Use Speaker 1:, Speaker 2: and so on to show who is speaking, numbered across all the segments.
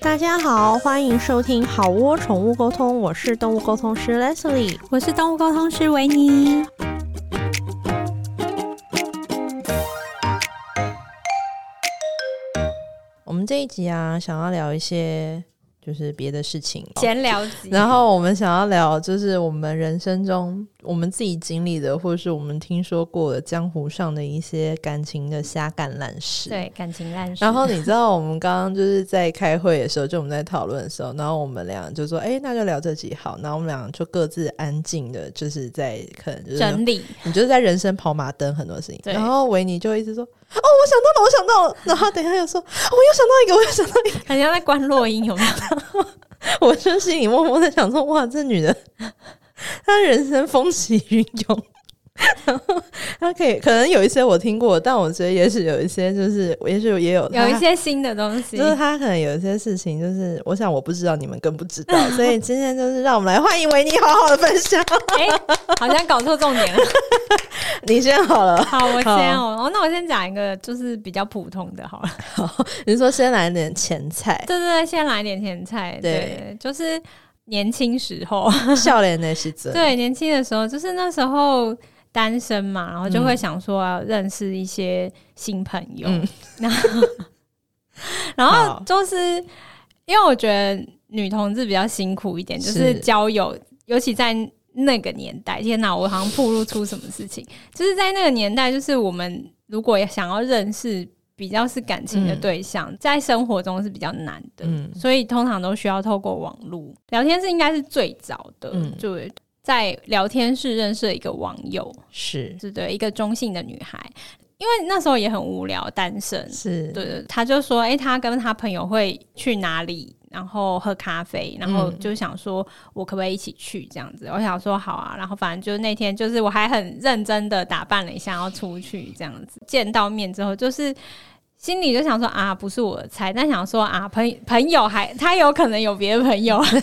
Speaker 1: 大家好，欢迎收听好窝宠物沟通，我是动物沟通师 Leslie。
Speaker 2: 我是动物沟通师维尼。
Speaker 1: 我们这一集啊，想要聊一些就是别的事情，
Speaker 2: 闲聊集，
Speaker 1: 然后我们想要聊就是我们人生中我们自己经历的，或者是我们听说过的江湖上的一些感情的瞎干烂事。
Speaker 2: 对感情烂事，
Speaker 1: 然后你知道我们刚刚就是在开会的时候，就我们在讨论的时候，然后我们俩就说：“哎、那就聊这集好。”然后我们俩就各自安静的，就是在可能就是
Speaker 2: 整理
Speaker 1: 你就是在人生跑马灯很多事情。
Speaker 2: 对
Speaker 1: 然后维尼就一直说：“哦，我想到了，我想到了。”然后等一下又说：“哦我又想到一个，我又想到一个。
Speaker 2: 很像在关落音，有没有？”
Speaker 1: 我就心里默默的想说：“哇，这女人，她人生风起云涌。”然后她可以可能有一些我听过，但我觉得也许有一些就是，也许也有
Speaker 2: 有一
Speaker 1: 她
Speaker 2: 些新的东西
Speaker 1: 就。是他可能有一些事情，就是我想我不知道，你们更不知道，所以今天就是让我们来欢迎维尼，好好的分享。
Speaker 2: 哎、好像搞错重点 了。
Speaker 1: 你先好了，
Speaker 2: 好，我先哦，哦，那我先讲一个就是比较普通的好了。
Speaker 1: 你说先来点前菜，
Speaker 2: 对对对，先来点前菜。
Speaker 1: 对
Speaker 2: 对，就是年轻时候，
Speaker 1: 笑脸的是 真，
Speaker 2: 对，年轻的时候，就是那时候单身嘛，然后就会想说要认识一些新朋友，
Speaker 1: 嗯
Speaker 2: 然后然后
Speaker 1: 好
Speaker 2: 就是因为我觉得女同志比较辛苦一点，就是
Speaker 1: 是
Speaker 2: 交友，尤其在。那个年代，天哪！我好像暴露出什么事情， 就是在那个年代，就是我们如果想要认识比较是感情的
Speaker 1: 嗯
Speaker 2: 对象，在生活中是比较难的。
Speaker 1: 嗯
Speaker 2: 所以通常都需要透过网络聊天室，应该是最早的，
Speaker 1: 嗯
Speaker 2: 就在聊天室认识了一个网友，
Speaker 1: 是
Speaker 2: 是对一个中性的女孩，因为那时候也很无聊，单身，
Speaker 1: 是，
Speaker 2: 对对，他就说，哎、他跟他朋友会去哪里，然后喝咖啡，然后
Speaker 1: 嗯
Speaker 2: 就想说，我可不可以一起去这样子？我想说好啊，然后反正就是那天，就是我还很认真的打扮了一下，要出去这样子。见到面之后，就是。心里就想说啊，不是我的菜，但想说啊，朋朋友还他有可能有别的朋友，
Speaker 1: OK，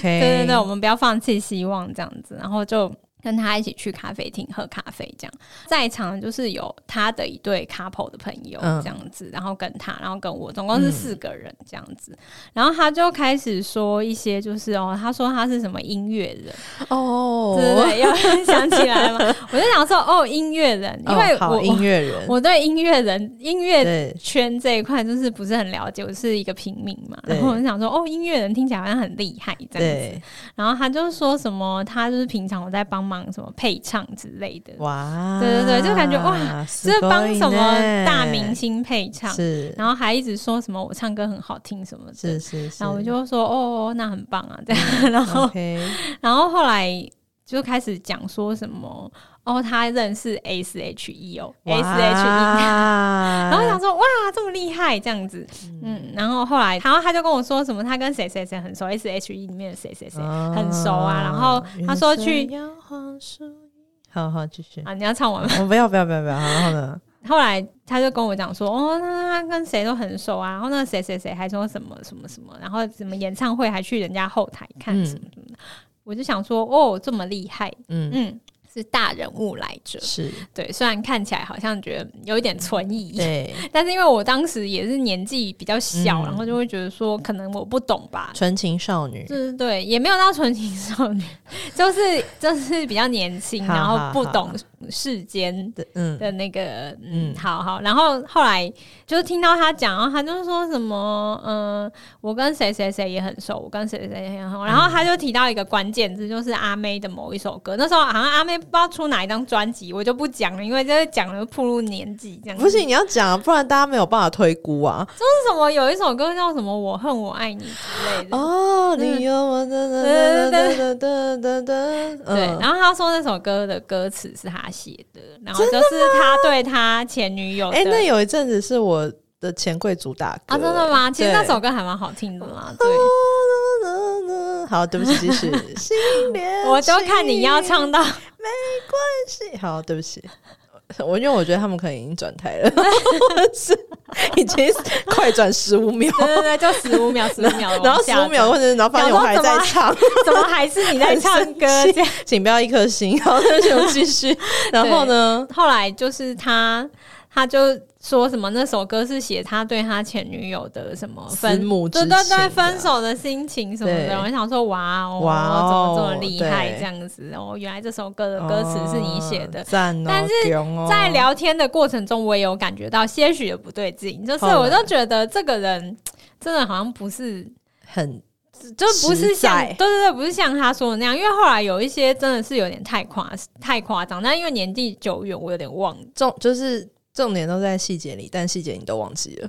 Speaker 2: 对
Speaker 1: 哎
Speaker 2: 对对，我们不要放弃希望这样子，然后就跟他一起去咖啡厅喝咖啡，这样在场就是有他的一对 couple 的朋友
Speaker 1: 嗯
Speaker 2: 这样子，然后跟他，然后跟我，总共是四个人这样子，然后他就开始说一些就是哦，他说他是什么音乐人，
Speaker 1: 哦，
Speaker 2: 对对对，又想起来了 嘛，我就想说哦，音乐人，因为
Speaker 1: 哦
Speaker 2: 我、
Speaker 1: 好音乐人，
Speaker 2: 我对音乐人音乐
Speaker 1: 对
Speaker 2: 圈这一块就是不是很了解，我是一个平民嘛，
Speaker 1: 对
Speaker 2: 然后我就想说，哦，音乐人听起来好像很厉害这样子，
Speaker 1: 对，
Speaker 2: 然后他就说什么，他就是平常我在帮忙什么配唱之类的，
Speaker 1: 哇，
Speaker 2: 对对对就感觉哇
Speaker 1: す
Speaker 2: 就
Speaker 1: ごいね，
Speaker 2: 是帮什么大明星配唱，
Speaker 1: 是
Speaker 2: 然后还一直说什么我唱歌很好听什么的，
Speaker 1: 是是是，
Speaker 2: 然后我就说哦，那很棒啊，这 样，然后
Speaker 1: OK，
Speaker 2: 然后后来就开始讲说什么哦，他认识 S H E 哦，S H E。
Speaker 1: 哇
Speaker 2: 然后我想说哇这么厉害这样子，嗯，然后后来，然后他就跟我说什么他跟谁谁谁很熟，S H E 里面的谁谁谁，很熟啊然后他说去
Speaker 1: 云水摇晃树荫好好继续。
Speaker 2: 啊，你要唱完吗？
Speaker 1: 我不要不要不要不要，然后呢？
Speaker 2: 后来他就跟我讲说，哦，那他跟谁都很熟啊，然后那谁谁谁还说什么什么什么，然后什么演唱会还去人家后台看
Speaker 1: 嗯
Speaker 2: 什么什么的，我就想说，哦，这么厉害，
Speaker 1: 嗯，
Speaker 2: 嗯，是大人物来着，
Speaker 1: 是
Speaker 2: 对，虽然看起来好像觉得有一点存疑。
Speaker 1: 对
Speaker 2: 但是因为我当时也是年纪比较小，
Speaker 1: 嗯
Speaker 2: 然后就会觉得说，可能我不懂吧，
Speaker 1: 纯情少女
Speaker 2: 就，是对，也没有到纯情少女， 就是就是比较年轻，
Speaker 1: 好
Speaker 2: 然
Speaker 1: 好
Speaker 2: 后不
Speaker 1: 好
Speaker 2: 懂世间
Speaker 1: 对 嗯
Speaker 2: 的那个，
Speaker 1: 嗯
Speaker 2: 嗯，好好。然后后来就是听到他讲，然后他就说什么，嗯、我跟谁谁谁也很熟，我跟谁谁谁也很
Speaker 1: 嗯
Speaker 2: 熟。然后他就提到一个关键字，就是阿妹的某一首歌。那时候好像阿妹不知道出哪一张专辑，我就不讲了，因为这讲了暴露年纪这样。
Speaker 1: 不行，，你要讲啊，不然大家没有办法推估啊。
Speaker 2: 为什么有一首歌叫什么“我恨我爱你”之类的？
Speaker 1: 哦，
Speaker 2: 嗯
Speaker 1: 你有我的
Speaker 2: 对对
Speaker 1: 的的的的的，
Speaker 2: 对，
Speaker 1: 嗯
Speaker 2: 然后他说那首歌的歌词是他写的，然后就是他对他前女友的。
Speaker 1: 哎，那有一阵子是我的钱柜主打歌哎
Speaker 2: 啊，真的吗？其实
Speaker 1: 对
Speaker 2: 那首歌还蛮好听的啦。对，
Speaker 1: 好，对不起，继 续。新年，
Speaker 2: 我就看你要唱到
Speaker 1: 是好，对不起，我因为我觉得他们可能已经转台了，是已经快转十五秒，
Speaker 2: 对对对，就十五秒，十五 秒，
Speaker 1: 然
Speaker 2: 往
Speaker 1: 后十
Speaker 2: 下
Speaker 1: 五秒或者然后发现我还在唱，
Speaker 2: 走，怎么啊还是你在唱 歌
Speaker 1: 很生气
Speaker 2: 这样？
Speaker 1: 请不要一颗心，然后就继续，然后呢，
Speaker 2: 后来就是他。他就说什么那首歌是写他对他前女友的什么
Speaker 1: 私
Speaker 2: 分
Speaker 1: 募之
Speaker 2: 对对
Speaker 1: 情
Speaker 2: 对，
Speaker 1: 的
Speaker 2: 分手的心情什么
Speaker 1: 对
Speaker 2: 的，我想说哇哦，
Speaker 1: 哇哦
Speaker 2: 怎么这么厉害
Speaker 1: 对
Speaker 2: 这样子哦，原来这首歌的歌词是你写的
Speaker 1: 哦。赞、哦，
Speaker 2: 但是
Speaker 1: 屌哦
Speaker 2: 在聊天的过程中，我也有感觉到些许的不对劲，就是
Speaker 1: 后来
Speaker 2: 我就觉得这个人真的好像不是
Speaker 1: 很
Speaker 2: 就不是
Speaker 1: 实
Speaker 2: 像
Speaker 1: 在
Speaker 2: 对对对，不是像他说的那样，因为后来有一些真的是有点太夸太夸张，但因为年纪久远，我有点忘，
Speaker 1: 重，就是重点都在细节里，但细节你都忘记了。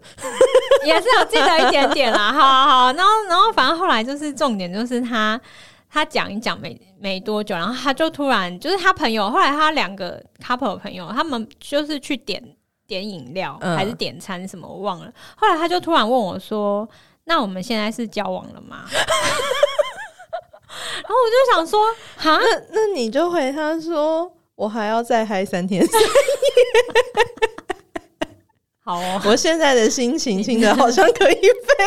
Speaker 2: 也是有记得一点点啦。好好好，然后然后反正后来就是重点就是他 他讲一讲没没多久，然后他就突然就是他朋友，后来他两个 couple 朋友，他们就是去点点饮料、
Speaker 1: 嗯
Speaker 2: 还是点餐什么我忘了，后来他就突然问我说：“那我们现在是交往了吗？” 然后我就想说，哈，
Speaker 1: 那那你就回他说，我还要再嗨三天。
Speaker 2: 好哦，
Speaker 1: 我现在的心情听着好像可以飞。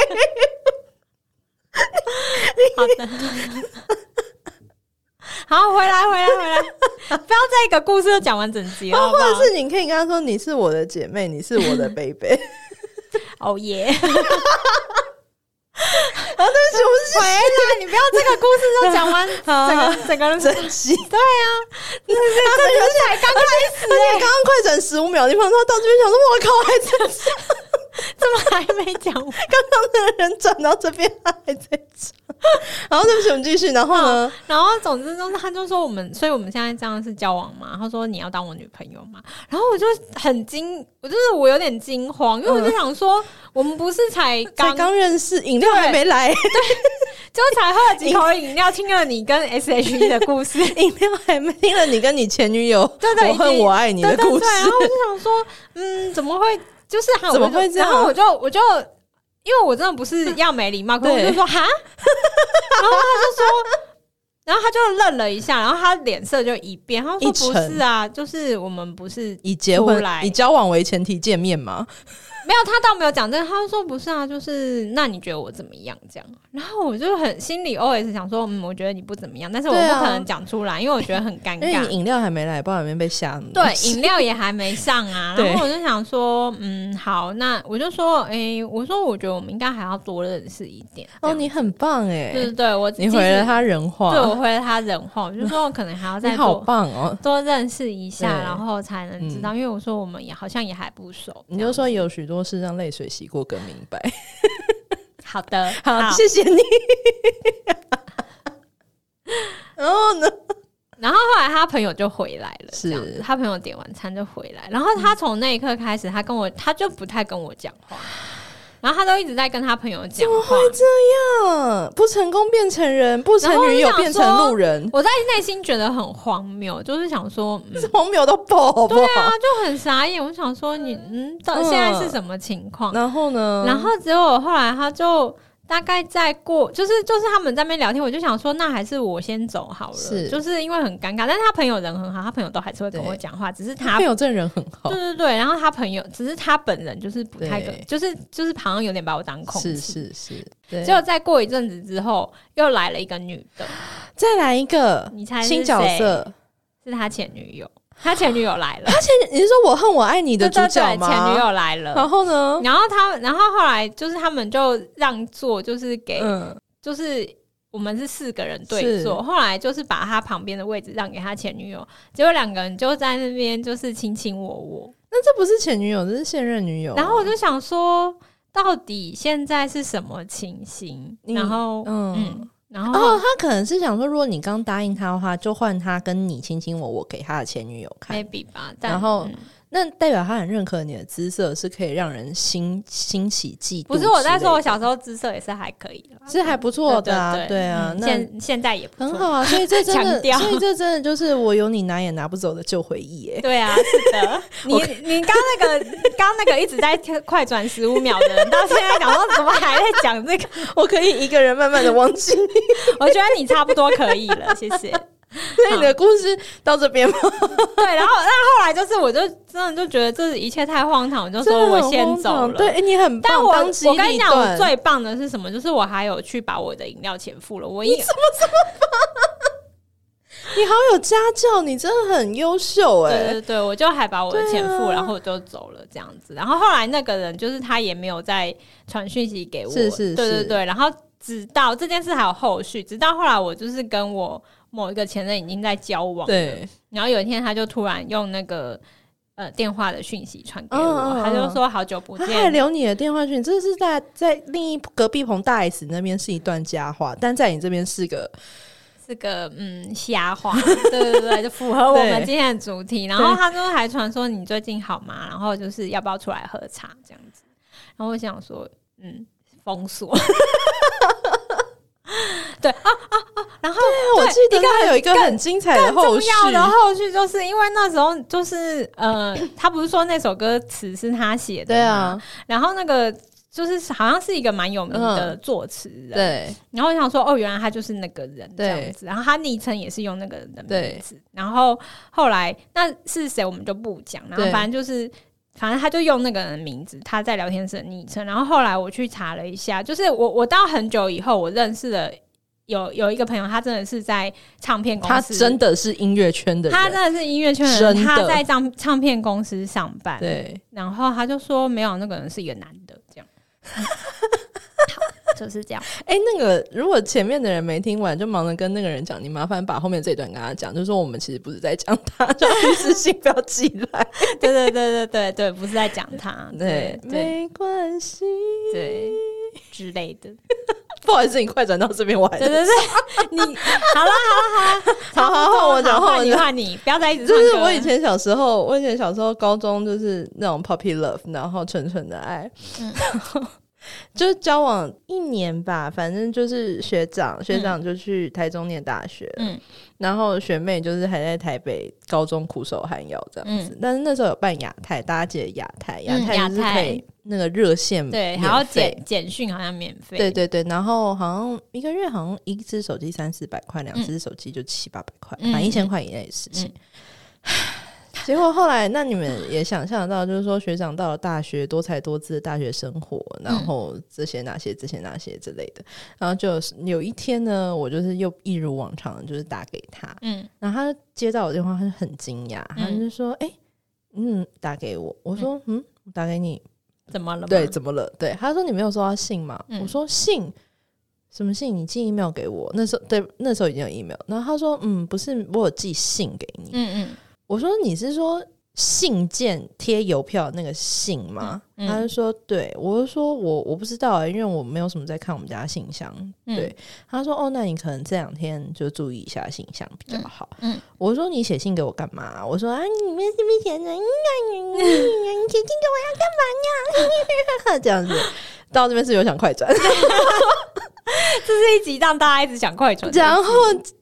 Speaker 2: 好的。 好，回来，回来，回来！ 不要再一个故事就讲完整集了，好不
Speaker 1: 或
Speaker 2: 好
Speaker 1: 者？是你可以跟他说，你是我的姐妹，你是我的贝 贝。
Speaker 2: 哦耶！
Speaker 1: 啊，对
Speaker 2: 回来，你不要这个故事就讲完
Speaker 1: 好
Speaker 2: 整个整个 人
Speaker 1: 不起，我是珍惜。
Speaker 2: 对啊，这这才刚开 始
Speaker 1: 而且刚刚快转十五秒的地方，他到这 边想说，我靠，还在讲，
Speaker 2: 怎么还没讲完？
Speaker 1: 刚刚那个人转到这边，他还在讲。然后对不起，我们继续。然后呢？
Speaker 2: 然后总之就是，他就说我们，所以我们现在这样是交往嘛？他说你要当我女朋友嘛？然后我就很惊，我就是我有点惊慌，因为我就想说，我们不是才
Speaker 1: 才
Speaker 2: 刚
Speaker 1: 刚认识，饮料还没来，
Speaker 2: 就才喝了几口饮料，听了你跟 S H E 的故事，
Speaker 1: 饮料还没听了你跟你前女友
Speaker 2: 对对，
Speaker 1: 我
Speaker 2: 已
Speaker 1: 恨
Speaker 2: 经
Speaker 1: 我爱你的
Speaker 2: 对对
Speaker 1: 故事
Speaker 2: 对，然后我就想说，嗯，怎么会？就是哈
Speaker 1: 怎么
Speaker 2: 我就
Speaker 1: 会这样
Speaker 2: 然后我就我就因为我真的不是要没礼貌，可我
Speaker 1: 对
Speaker 2: 就说 哈，然后他就说。然后他就愣了一下，然后他脸色就一变，他
Speaker 1: 一
Speaker 2: 说：“
Speaker 1: 沉
Speaker 2: 不是啊，就是我们不是
Speaker 1: 以结婚
Speaker 2: 出、来
Speaker 1: 以交往为前提见面嘛？
Speaker 2: 没有，他倒没有讲这个，他就说不是啊，就是那你觉得我怎么样这样？然后我就很心里 OS 想说，嗯，我觉得你不怎么样，但是我
Speaker 1: 对啊
Speaker 2: 不可能讲出来，因为我觉得很尴
Speaker 1: 因为
Speaker 2: 尬
Speaker 1: 你。饮料还没来，不然里面被吓了。。
Speaker 2: 对，饮料也还没上啊
Speaker 1: 对
Speaker 2: 然后我就想说，嗯，好，那我就说，诶、我说我觉得我们应该还要多认识一点。
Speaker 1: 哦，
Speaker 2: 这样
Speaker 1: 你很棒哎、
Speaker 2: 对对对，我
Speaker 1: 你回了
Speaker 2: 他，
Speaker 1: 他人话，
Speaker 2: 对我回了他人话，我就说可能还要
Speaker 1: 啊你
Speaker 2: 再
Speaker 1: 好
Speaker 2: 多
Speaker 1: 棒哦！
Speaker 2: 多认识一下，
Speaker 1: 对嗯
Speaker 2: 然后才能知道，因为我说我们也好像也还不熟。
Speaker 1: 你
Speaker 2: 这
Speaker 1: 就
Speaker 2: 样
Speaker 1: 说有许多事让泪水洗过更明白。
Speaker 2: 好的，
Speaker 1: 好，谢谢你。然后呢？
Speaker 2: 然后后来他朋友就回来了，
Speaker 1: 是
Speaker 2: 这样子，他朋友点完餐就回来，然后他从那一刻开始，他跟我他就不太跟我讲话，然后他都一直在跟他朋友讲话。
Speaker 1: 嗯，不成功变成人，不成女友变成路人，
Speaker 2: 我在内心觉得很荒谬，就是想说，嗯，
Speaker 1: 荒谬到爆，好不
Speaker 2: 对
Speaker 1: 好
Speaker 2: 啊？，就很傻眼。我想说你，嗯，到
Speaker 1: 嗯
Speaker 2: 现在是什么情况？
Speaker 1: 然后呢？
Speaker 2: 然后结果后来他就大概在过，就是就是他们在那边聊天，我就想说，那还是我先走好了，
Speaker 1: 是
Speaker 2: 就是因为很尴尬。但是他朋友人很好，他朋友都还是会跟
Speaker 1: 对
Speaker 2: 我讲话，只是
Speaker 1: 他
Speaker 2: 他
Speaker 1: 朋。友证人很好
Speaker 2: 对，对对，然后他朋友只是他本人就是不太
Speaker 1: 对
Speaker 2: 跟，就是就是好像有点把我当空气。
Speaker 1: 是是是，对。
Speaker 2: 结果再过一阵子之后，又来了一个女的，
Speaker 1: 再来一个
Speaker 2: 你猜是
Speaker 1: 新角
Speaker 2: 谁
Speaker 1: 色，
Speaker 2: 是他前女友，他前女友来了。
Speaker 1: 而且你是说我恨我爱 你的主角
Speaker 2: 对对对前女
Speaker 1: 吗？哦
Speaker 2: 友来了。
Speaker 1: 然后呢？
Speaker 2: 然后他，然后后来就是他们就让座，就是给，
Speaker 1: 嗯，
Speaker 2: 就是我们是四个人
Speaker 1: 是
Speaker 2: 对坐。后来就是把他旁边的位置让给他前女友，结果两个人就在那边就是卿卿我我。
Speaker 1: 那这不是前女友，这是现任女友啊。
Speaker 2: 然后我就想说，到底现在是什么情形？
Speaker 1: 你
Speaker 2: 然后，
Speaker 1: 嗯。
Speaker 2: 嗯，然后
Speaker 1: 哦，他可能是想说，如果你刚答应他的话，就换他跟你亲亲我，我给他的前女友看，
Speaker 2: maybe 吧，但
Speaker 1: 然后
Speaker 2: 嗯
Speaker 1: 那代表他很认可你的姿色，是可以让人欣欣喜嫉妒。
Speaker 2: 不是我在说，我，小时候姿色也是还可以的啦，
Speaker 1: 是还不错的啊，
Speaker 2: 对
Speaker 1: 对啊，
Speaker 2: 嗯
Speaker 1: 那
Speaker 2: 现现在也不
Speaker 1: 很
Speaker 2: 错
Speaker 1: 好啊。所以这 真
Speaker 2: 强
Speaker 1: 的，
Speaker 2: 调
Speaker 1: 所以这真的就是我有你拿也拿不走的旧回忆耶。
Speaker 2: 对啊，是的。你你刚那个刚那个一直在快转十五秒的人，到现在讲说怎么还在讲这个？
Speaker 1: 我可以一个人慢慢的忘记你，
Speaker 2: 我觉得你差不多可以了，谢谢。
Speaker 1: 所以你的故事到这边吗？
Speaker 2: 对，然后但后来就是，我就真的就觉得这一切太荒唐，我就说我先走
Speaker 1: 真的很荒唐
Speaker 2: 了。
Speaker 1: 对，哎你很棒，
Speaker 2: 但我
Speaker 1: 当机
Speaker 2: 我跟你
Speaker 1: 立
Speaker 2: 讲，
Speaker 1: 断
Speaker 2: 我最棒的是什么？就是我还有去把我的饮料钱付了。我一
Speaker 1: 你怎么这么你好有家教，你真的很优秀哎、
Speaker 2: 对对对，我就还把我的钱付，
Speaker 1: 对啊
Speaker 2: 然后我就走了这样子。然后后来那个人就是他也没有再传讯息给我，
Speaker 1: 是是
Speaker 2: 对
Speaker 1: 是
Speaker 2: 对对。然后直到这件事还有后续，直到后来我就是跟我某一个前任已经在交往，
Speaker 1: 对，
Speaker 2: 然后有一天他就突然用那个呃电话的讯息传给我，
Speaker 1: 嗯嗯嗯
Speaker 2: 他就说好久不
Speaker 1: 他还
Speaker 2: 见，
Speaker 1: 留你的电话讯，这是在在另一隔壁棚大 S 那边是一段佳话，但在你这边是个
Speaker 2: 是个嗯瞎话，对对对，就符合我们
Speaker 1: 对
Speaker 2: 今天的主题。然后他就还传说你最近好吗？然后就是要不要出来喝茶这样子。然后我想说，嗯，封锁。对啊啊啊！然后
Speaker 1: 哦我
Speaker 2: 对
Speaker 1: 记得
Speaker 2: 一个
Speaker 1: 他有一个
Speaker 2: 更
Speaker 1: 很精彩
Speaker 2: 更
Speaker 1: 后
Speaker 2: 重
Speaker 1: 续，
Speaker 2: 要的后续，就是因为那时候就是呃，他不是说那首歌词是他写的
Speaker 1: 对
Speaker 2: 吗？
Speaker 1: 啊，
Speaker 2: 然后那个就是好像是一个蛮有名的
Speaker 1: 嗯
Speaker 2: 作词人，
Speaker 1: 对
Speaker 2: 然后我想说，哦，原来他就是那个人这
Speaker 1: 对
Speaker 2: 样子，然后他昵称也是用那个人的
Speaker 1: 对
Speaker 2: 名字，然后后来那是谁我们就不讲，然后
Speaker 1: 对
Speaker 2: 反正就是。反正他就用那个人的名字，他在聊天室的昵称。然后后来我去查了一下，就是我我到很久以后，我认识了有有一个朋友，他真的是在唱片公
Speaker 1: 他
Speaker 2: 司，
Speaker 1: 真的是音乐圈的人，
Speaker 2: 他真的是音乐圈的人，
Speaker 1: 真的
Speaker 2: 他在唱唱片公司上班。
Speaker 1: 对，
Speaker 2: 然后他就说没有，那个人是一个男的，这样，好 就是这样。
Speaker 1: 哎、那个如果前面的人没听完，就忙着跟那个人讲，你麻烦把后面这一段跟他讲，就说我们其实不是在讲他，叫律师信不要寄来。
Speaker 2: 对对对对对对，不是在讲他， 对
Speaker 1: 对，
Speaker 2: 对
Speaker 1: 没关系。
Speaker 2: 对之类的，
Speaker 1: 不好意思，你快转到这边，我还
Speaker 2: 对 对对，你好了好了
Speaker 1: 好
Speaker 2: 好了，
Speaker 1: 好换我讲换
Speaker 2: 换
Speaker 1: 我
Speaker 2: 你
Speaker 1: 讲
Speaker 2: 换你，不要再一直
Speaker 1: 就
Speaker 2: 唱
Speaker 1: 是
Speaker 2: 歌啊
Speaker 1: 我以，前小时候，我以前小时候高中就是那种 puppy love，然后纯纯的爱，
Speaker 2: 嗯
Speaker 1: 然后就是交往一年吧，反正就是学长，学长就去台中念大学，
Speaker 2: 嗯
Speaker 1: 然后学妹就是还在台北高中苦守寒窑这样子。
Speaker 2: 嗯
Speaker 1: 但是那时候有办亚太，大家记得亚太，亚
Speaker 2: 嗯
Speaker 1: 太就是
Speaker 2: 亚
Speaker 1: 可
Speaker 2: 太
Speaker 1: 以那个热线
Speaker 2: 对，
Speaker 1: 嗯免
Speaker 2: 还要
Speaker 1: 费
Speaker 2: 简简讯好像免费，
Speaker 1: 对对对，然后好像一个月好像一只手机三四百块，两
Speaker 2: 嗯
Speaker 1: 只手机就七八百块，
Speaker 2: 嗯
Speaker 1: 反正一千块以内的事情。 结果后来，那你们也想象得到，就是说学长到了大学，多才多姿的大学生活，然
Speaker 2: 嗯
Speaker 1: 后这些那些这些那些之类的，然后就有一天呢，我就是又一如往常地就是打给他，
Speaker 2: 嗯
Speaker 1: 然后他接到我电话，他就很惊讶，他
Speaker 2: 嗯
Speaker 1: 就说：“哎、嗯，打给我。”我说：“嗯，我打给你
Speaker 2: 怎么了吗？
Speaker 1: 对，怎么了？对，他说你没有收到信吗？
Speaker 2: 嗯
Speaker 1: 我说信，什么信？你寄 email 给我。那时候对，那时候已经有 email。然后他说，嗯，不是，我有寄信给你。
Speaker 2: 嗯
Speaker 1: 我说你是说信件贴邮票那个信吗？
Speaker 2: 嗯嗯
Speaker 1: 他就说对，我就说我我不知道、欸，因为我没有什么在看我们家信箱。
Speaker 2: 嗯
Speaker 1: 对，他说哦，那你可能这两天就注意一下信箱比较好。
Speaker 2: 嗯嗯
Speaker 1: 我说你写信给我干嘛？我说啊，你们是不是写的？嗯啊你你写信给我要干嘛啊 呀？这样子。到这边是有想快转，
Speaker 2: 嗯，这是一集让大家一直想快转的，
Speaker 1: 然后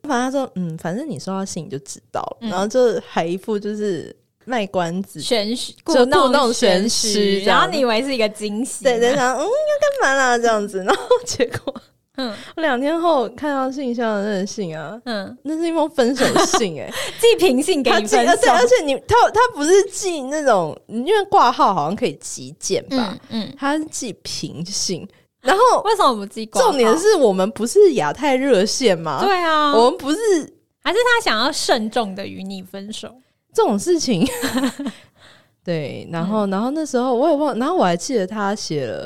Speaker 1: 反正他说，嗯，反正你收到信你就知道了，
Speaker 2: 嗯
Speaker 1: 然后就还一副就是卖关子
Speaker 2: 玄虚，
Speaker 1: 就故弄
Speaker 2: 弄
Speaker 1: 玄虚
Speaker 2: 虚，
Speaker 1: 这样
Speaker 2: 然后你以为是一个惊喜，
Speaker 1: 对对，然后嗯要干嘛啦这样子，然后结果
Speaker 2: 嗯
Speaker 1: 我两天后看到信箱的那个信啊，
Speaker 2: 嗯，
Speaker 1: 那是一封分手 信哎、
Speaker 2: 寄平信给
Speaker 1: 他
Speaker 2: 你
Speaker 1: 寄
Speaker 2: 分
Speaker 1: 而且
Speaker 2: 手，
Speaker 1: 而且你他他不是寄那种，因为挂号好像可以急件吧，
Speaker 2: 嗯嗯，
Speaker 1: 他是寄平信，然后
Speaker 2: 为什么不寄挂号？
Speaker 1: 重点是我们不是亚太热线吗？
Speaker 2: 对啊，
Speaker 1: 我们不是
Speaker 2: 还是他想要慎重的与你分手。
Speaker 1: 这种事 情。对，然后，然后那时候我也忘，然后我还记得他写了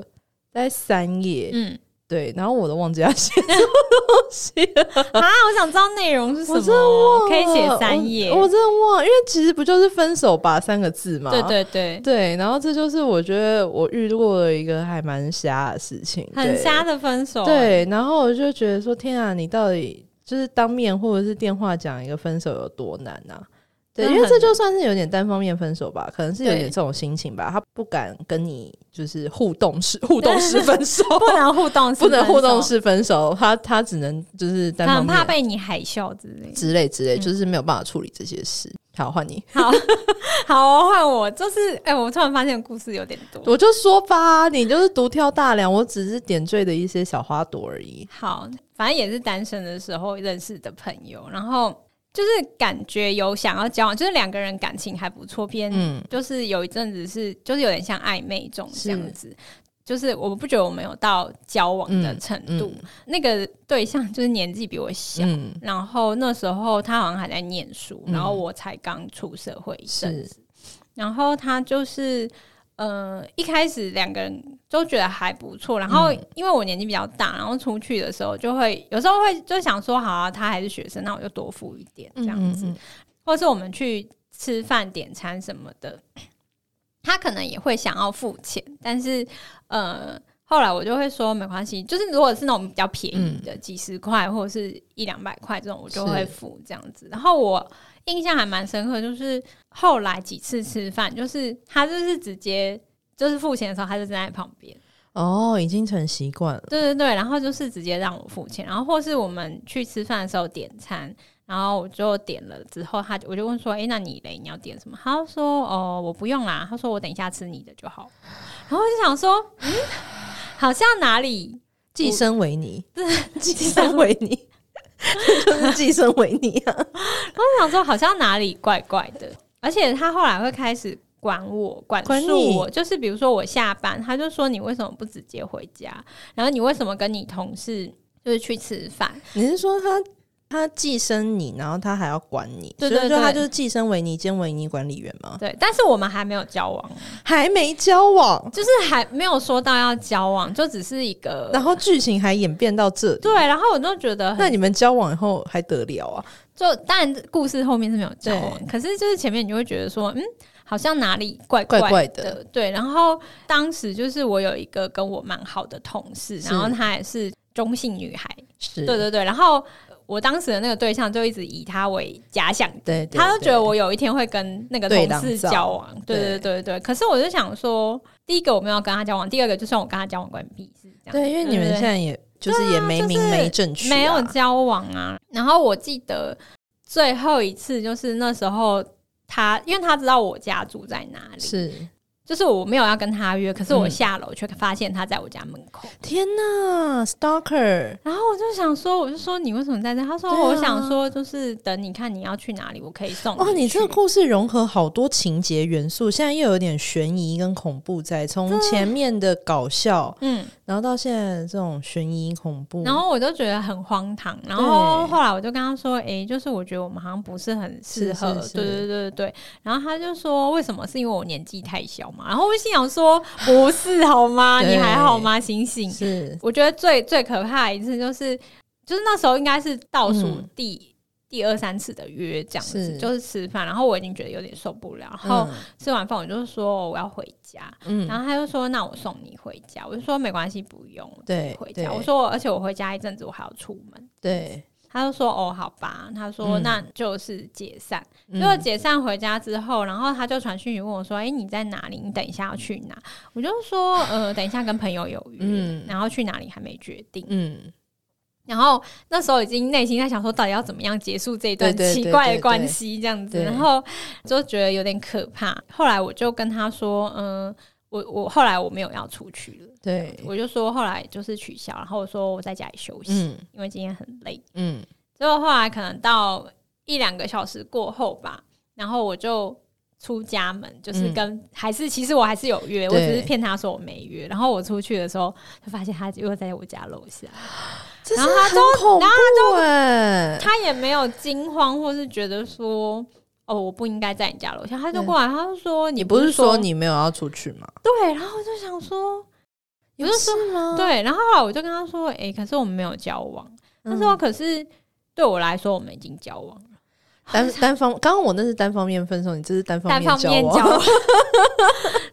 Speaker 1: 大概三页，
Speaker 2: 嗯，
Speaker 1: 对，然后我都忘记他写什么东西了。
Speaker 2: 啊，我想知道内容是什么，
Speaker 1: 我真的忘了，
Speaker 2: 可以写三页。
Speaker 1: 我，我真的忘了，因为其实不就是分手吧三个字吗？
Speaker 2: 对对对，
Speaker 1: 对，然后这就是我觉得我遇过了一个还蛮瞎的事情，
Speaker 2: 很
Speaker 1: 对
Speaker 2: 瞎的哦分手。，欸
Speaker 1: 对，然后我就觉得说，天啊，你到底就是当面或者是电话讲一个分手有多难啊？对，
Speaker 2: 真
Speaker 1: 因
Speaker 2: 的
Speaker 1: 为这
Speaker 2: 很
Speaker 1: 就算是有点单方面分手吧，可能是有
Speaker 2: 对
Speaker 1: 点这种心情吧，他不敢跟你就是互动式互动式分手，
Speaker 2: 不能互 动，
Speaker 1: 不能互动，式分手，他他只能就是单方
Speaker 2: 很
Speaker 1: 面
Speaker 2: 怕被你海啸之类。
Speaker 1: 之类之类，
Speaker 2: 嗯
Speaker 1: 就是没有办法处理这些事。好，换你，
Speaker 2: 好好哦，换我，就是哎、我突然发现故事有点多。
Speaker 1: 我就说吧，你就是独挑大梁，我只是点缀的一些小花朵而已。
Speaker 2: 好，反正也是单身的时候认识的朋友，然后就是感觉有想要交往，就是两个人感情还不错，偏
Speaker 1: 嗯，
Speaker 2: 就是有一阵子是就是有点像暧昧中这样子。就是我不觉得我们有到交往的程度。那个对象就是年纪比我小，
Speaker 1: 嗯，
Speaker 2: 然后那时候他好像还在念书，
Speaker 1: 嗯
Speaker 2: 然后我才刚出社会一阵
Speaker 1: 是
Speaker 2: 子，然后他就是。呃，一开始两个人都觉得还不错，然后因为我年纪比较大，然后出去的时候就会有时候会就想说，好啊，他还是学生，那我就多付一点这
Speaker 1: 这
Speaker 2: 样
Speaker 1: 样
Speaker 2: 子，
Speaker 1: 子，
Speaker 2: 或是我们去吃饭点餐什么的，他可能也会想要付钱，但是呃，后来我就会说没关系，就是如果是那种比较便宜的，几十块或者是一两百块这种，我就会付这样子。然后我印象还蛮深刻，就是后来几次吃饭，就是他就是直接。就是付钱的时候，他就站在旁边，
Speaker 1: 哦，已经成习惯了，
Speaker 2: 对对对，然后就是直接让我付钱，然后或是我们去吃饭的时候点餐，然后我就点了之后，他就我就问说：“哎，那你嘞，你要点什么？”他就说：“哦，我不用啦。”他说：“我等一下吃你的就好。”然后我就想说，嗯，好像哪里
Speaker 1: 寄生 维尼，寄
Speaker 2: 生
Speaker 1: 生 维尼，就是寄生维尼啊，
Speaker 2: 我想说好像哪里怪怪的，而且他后来会开始管我、管
Speaker 1: 管
Speaker 2: 束
Speaker 1: 你
Speaker 2: 我，就是比如说我下班，他就说你为什么不直接回家？然后你为什么跟你同事就是去吃饭？
Speaker 1: 你是说他？他寄生你，然后他还要管你，
Speaker 2: 对
Speaker 1: 所以
Speaker 2: 对
Speaker 1: 说
Speaker 2: 对
Speaker 1: 他就是寄生维尼兼维尼管理员吗？
Speaker 2: 对，但是我们还没有交往，
Speaker 1: 还没交往，
Speaker 2: 就是还没有说到要交往，就只是一个
Speaker 1: 然后剧情还演变到这里，
Speaker 2: 对，然后我就觉得很
Speaker 1: 那你们交往以后还得了啊？
Speaker 2: 就当然故事后面是没有交往，可是就是前面你就会觉得说，嗯，好像哪里怪的，
Speaker 1: 怪怪的
Speaker 2: 对。然后当时就是我有一个跟我蛮好的同事，
Speaker 1: 是
Speaker 2: 然后她也是中性女孩，
Speaker 1: 是
Speaker 2: 对对对，然后。我当时的那个对象就一直以她为假想敌，
Speaker 1: 对对
Speaker 2: 他就觉得
Speaker 1: 对
Speaker 2: 我有一天会跟那个
Speaker 1: 对
Speaker 2: 同事
Speaker 1: 狼照
Speaker 2: 交往，对对
Speaker 1: 对
Speaker 2: 对对。可是我就想说，第一个我没有跟他交往，第二个就算我跟他交往关闭是这样。
Speaker 1: 对，因为你们
Speaker 2: 对
Speaker 1: 现在也就是也没名
Speaker 2: 就是
Speaker 1: 没正取、啊，
Speaker 2: 没有交往啊。然后我记得最后一次就是那时候他，因为他知道我家住在哪里，
Speaker 1: 是
Speaker 2: 就是我没有要跟他约，可是我
Speaker 1: 嗯
Speaker 2: 下楼却发现他在我家门口。
Speaker 1: 天呐 s t a l k e r
Speaker 2: 然后我就想说，我就说你为什么在这？他说、
Speaker 1: 对啊
Speaker 2: 我想说就是等你看你要去哪里，我可以送
Speaker 1: 哦，你
Speaker 2: 去
Speaker 1: 这个故事融合好多情节元素，现在又有点悬疑跟恐怖在，从
Speaker 2: 啊
Speaker 1: 前面的搞笑，
Speaker 2: 嗯，
Speaker 1: 然后到现在的这种悬疑恐怖，
Speaker 2: 然后我就觉得很荒唐，然后后来我就跟他说：“诶，就是我觉得我们好像不是很适合。
Speaker 1: 是是是
Speaker 2: 对对对对对。然后他就说：“为什么？是因为我年纪太小嘛？”然后我心想说：“不是好吗？
Speaker 1: 对
Speaker 2: 你还好吗？醒醒！”
Speaker 1: 是
Speaker 2: 我觉得最最可怕的一次就是，就是那时候应该是倒数
Speaker 1: 嗯
Speaker 2: 第、第二三次的约这样子，
Speaker 1: 是
Speaker 2: 就是吃饭，然后我已经觉得有点受不了，然后吃完饭我就说哦我要回家，
Speaker 1: 嗯
Speaker 2: 然
Speaker 1: 嗯
Speaker 2: 后他就说：“那我送你回家。”我就说：“没关系，不用，我自己
Speaker 1: 对
Speaker 2: 回
Speaker 1: 对
Speaker 2: 家。”我说：“而且我回家一阵子，我还要出门。
Speaker 1: 对，”
Speaker 2: 他就说：“哦，好吧。”他说：“
Speaker 1: 嗯
Speaker 2: 那就是解散。
Speaker 1: 嗯
Speaker 2: 结果解散回家之后，然后他就传讯息问我说：“哎、你在哪里？你等一下要去哪？”我就说：“呃，等一下跟朋友有约，
Speaker 1: 嗯
Speaker 2: 然后去哪里还没决定。
Speaker 1: 嗯
Speaker 2: 然后那时候已经内心在想说，到底要怎么样结束这一段
Speaker 1: 对对对
Speaker 2: 奇怪
Speaker 1: 对
Speaker 2: 的
Speaker 1: 对
Speaker 2: 关系，这样子，
Speaker 1: 对
Speaker 2: 然后就觉得有点可怕。后来我就跟他说，嗯，我我后来我没有要出去了，
Speaker 1: 对，
Speaker 2: 我就说后来就是取消，然后我说我在家里休息，
Speaker 1: 嗯
Speaker 2: 因为今天很累。
Speaker 1: 嗯
Speaker 2: 结果后来可能到一两个小时过后吧，然后我就出家门，就是
Speaker 1: 嗯
Speaker 2: 跟、还是其实我还是有约，我
Speaker 1: 对
Speaker 2: 只是骗他说我没约。然后我出去的时候，就发现他又在我家楼 下。
Speaker 1: 这是
Speaker 2: 然后他
Speaker 1: 很恐怖哎、
Speaker 2: 欸他也没有惊慌，或是觉得说哦，我不应该在你家楼下。他就
Speaker 1: 对
Speaker 2: 过来，他就说
Speaker 1: 你
Speaker 2: 你
Speaker 1: 不是
Speaker 2: 说
Speaker 1: 说你没有要出去吗？
Speaker 2: 对，然后我就想说
Speaker 1: 有
Speaker 2: 不是说
Speaker 1: 事吗？
Speaker 2: 对，然后后来我就跟他说，哎、可是我们没有交往。他
Speaker 1: 嗯，
Speaker 2: 说，可是对我来说，我们已经交往了，
Speaker 1: 单单方，刚刚我那是单方面分手，你这是单方
Speaker 2: 单方
Speaker 1: 交
Speaker 2: 面
Speaker 1: 往，
Speaker 2: 交 往。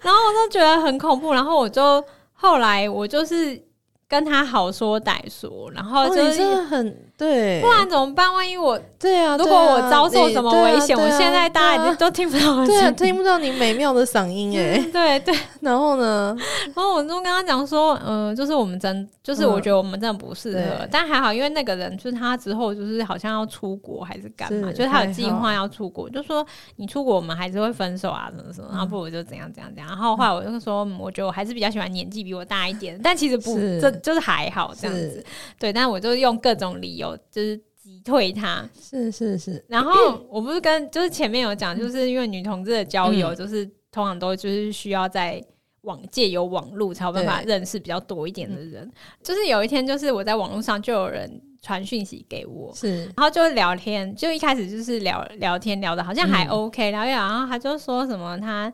Speaker 2: 然后我就觉得很恐怖，然后我就后来我就是跟他好说歹说，然后
Speaker 1: 哦，
Speaker 2: 就
Speaker 1: 你
Speaker 2: 是、
Speaker 1: 真的很对，
Speaker 2: 不然怎么办？万一我
Speaker 1: 对啊，
Speaker 2: 如
Speaker 1: 对
Speaker 2: 果我
Speaker 1: 啊
Speaker 2: 遭受
Speaker 1: 你
Speaker 2: 什么
Speaker 1: 对啊
Speaker 2: 危险，
Speaker 1: 对
Speaker 2: 我
Speaker 1: 啊
Speaker 2: 现在大家已
Speaker 1: 对
Speaker 2: 经
Speaker 1: 啊
Speaker 2: 都听不到我的
Speaker 1: 对 啊，
Speaker 2: 声
Speaker 1: 听
Speaker 2: 音。
Speaker 1: 不到你美妙的嗓音哎、
Speaker 2: 对啊对，
Speaker 1: 然后呢？
Speaker 2: 然后我就跟他讲说，嗯、就是我们真，就是
Speaker 1: 嗯
Speaker 2: 我觉得我们真的不适合，
Speaker 1: 对
Speaker 2: 但还好，因为那个人就是他之后就是好像要出国还是干嘛，
Speaker 1: 是
Speaker 2: 就是他有
Speaker 1: 还
Speaker 2: 计
Speaker 1: 好嗯
Speaker 2: 划要出国，就说你出国我们还是会分手啊，什么什么，然后不如就怎样怎样怎样。然后后来我就说，嗯我觉得我还是比较喜欢年纪比我大一 点，但其实不，
Speaker 1: 是
Speaker 2: 这就是还好这样子
Speaker 1: 是。
Speaker 2: 对，但我就用各种理由就是击退他。
Speaker 1: 是是是，
Speaker 2: 然 后我不是
Speaker 1: 嗯
Speaker 2: 跟就是前面有讲，就是因为女同志的交友，就是通常都就是需要在网界有网路才有办法
Speaker 1: 对嗯
Speaker 2: 认识比较多一点的人。就是有一天，就是我在网络上就有人传讯息给我，
Speaker 1: 是
Speaker 2: 然后就聊天，就一开始就是聊聊天，聊的好像还
Speaker 1: 嗯
Speaker 2: OK，、聊一聊，然后他就说什么他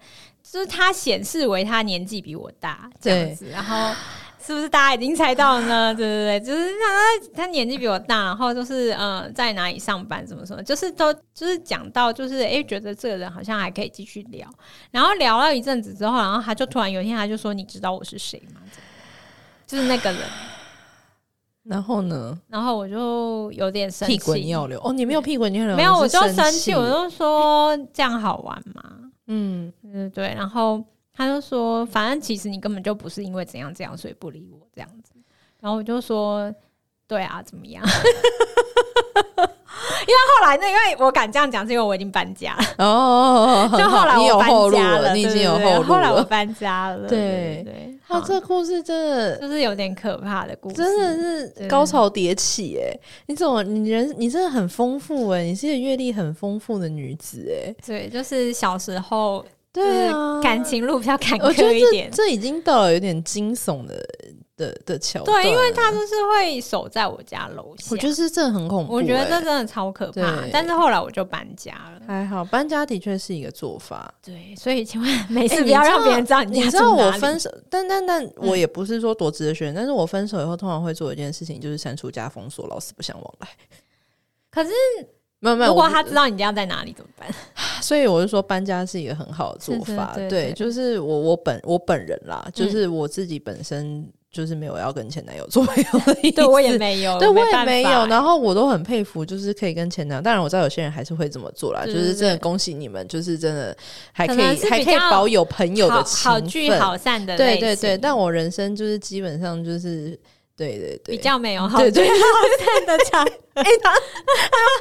Speaker 2: 就是他显示为他年纪比我大这样子，然后。是不是大家已经猜到呢？ 对对对，就是他他年纪比我大，然后就是呃在哪里上班，怎么什么，就是都就是讲到就是哎、诶觉得这个人好像还可以继续聊，然后聊了一阵子之后，然后他就突然有一天他就说你知道我是谁吗？这样就是那个人，
Speaker 1: 然后呢？
Speaker 2: 然后我就有点生气，
Speaker 1: 屁滚尿流哦，你没有屁滚尿流，
Speaker 2: 没有，
Speaker 1: 你
Speaker 2: 我就
Speaker 1: 是
Speaker 2: 生
Speaker 1: 气，
Speaker 2: 气，我就说这样好玩吗？
Speaker 1: 嗯，
Speaker 2: 对对对，然后他就说，反正其实你根本就不是因为怎样怎样，所以不理我这样子。然后我就说，对啊，怎么样？因 为后来那因为我敢这样讲，是因为我已经搬家了，
Speaker 1: 哦哦，
Speaker 2: 就
Speaker 1: 哦 很好
Speaker 2: 后来
Speaker 1: 你
Speaker 2: 我
Speaker 1: 有
Speaker 2: 搬
Speaker 1: 后路
Speaker 2: 家
Speaker 1: 你已
Speaker 2: 对
Speaker 1: 经有
Speaker 2: 对对
Speaker 1: 后路
Speaker 2: 后来我
Speaker 1: 了。
Speaker 2: 搬家了，对对
Speaker 1: 对
Speaker 2: 对，
Speaker 1: 哇，
Speaker 2: 好，
Speaker 1: 这个故事真的
Speaker 2: 就是有点可怕的故事，
Speaker 1: 真的
Speaker 2: 对
Speaker 1: 是高潮迭起哎！你怎么你人你真的很丰富哎，你是一个阅历很丰富的女子哎。
Speaker 2: 对，就是小时候
Speaker 1: 对啊，
Speaker 2: 感情路比较坎
Speaker 1: 我觉
Speaker 2: 坷
Speaker 1: 得
Speaker 2: 一
Speaker 1: 这
Speaker 2: 点，
Speaker 1: 这已经到了有点惊悚的的的桥段了。
Speaker 2: 对，因为他就是会守在我家楼下。
Speaker 1: 我觉得是这很恐怖欸，
Speaker 2: 我觉得这真的超可怕
Speaker 1: 对，
Speaker 2: 但是后来我就搬家了。
Speaker 1: 还好，搬家的确是一个做法。
Speaker 2: 对，所以千万 每
Speaker 1: 哎
Speaker 2: 次
Speaker 1: 你
Speaker 2: 不要
Speaker 1: 知
Speaker 2: 让
Speaker 1: 道
Speaker 2: 别人知道你家
Speaker 1: 你知
Speaker 2: 住
Speaker 1: 道我
Speaker 2: 哪里
Speaker 1: 分手，但但但我也不是说多值得学，但是我分手以后通常会做一件事情，就是删除加封锁，老死不相往来。
Speaker 2: 可是
Speaker 1: 没有没有，
Speaker 2: 如果
Speaker 1: 我不
Speaker 2: 他知道你家在哪里怎么办？
Speaker 1: 所以我就说搬家是一个很好的做法。
Speaker 2: 是是对对嗯
Speaker 1: 就是我我本我本人啦，就是我自己本身就是没有要跟前男友做朋友的意思。
Speaker 2: 对我也没有，
Speaker 1: 对，我也
Speaker 2: 办
Speaker 1: 没
Speaker 2: 法欸
Speaker 1: 有。然后我都很佩服，就是可以跟前男友。当然，我知道有些人还是会这么做啦，
Speaker 2: 对
Speaker 1: 就
Speaker 2: 对
Speaker 1: 是真的
Speaker 2: 对
Speaker 1: 恭喜你们，就是真的还可
Speaker 2: 可能
Speaker 1: 以
Speaker 2: 是
Speaker 1: 还
Speaker 2: 比
Speaker 1: 可以
Speaker 2: 较
Speaker 1: 保有朋友的
Speaker 2: 好
Speaker 1: 情
Speaker 2: 好
Speaker 1: 分。
Speaker 2: 聚好散的类
Speaker 1: 对
Speaker 2: 型，
Speaker 1: 对对，但我人生就是基本上就是对对对，
Speaker 2: 比较没有好
Speaker 1: 对
Speaker 2: 聚
Speaker 1: 对
Speaker 2: 好散的场。
Speaker 1: 哎、他他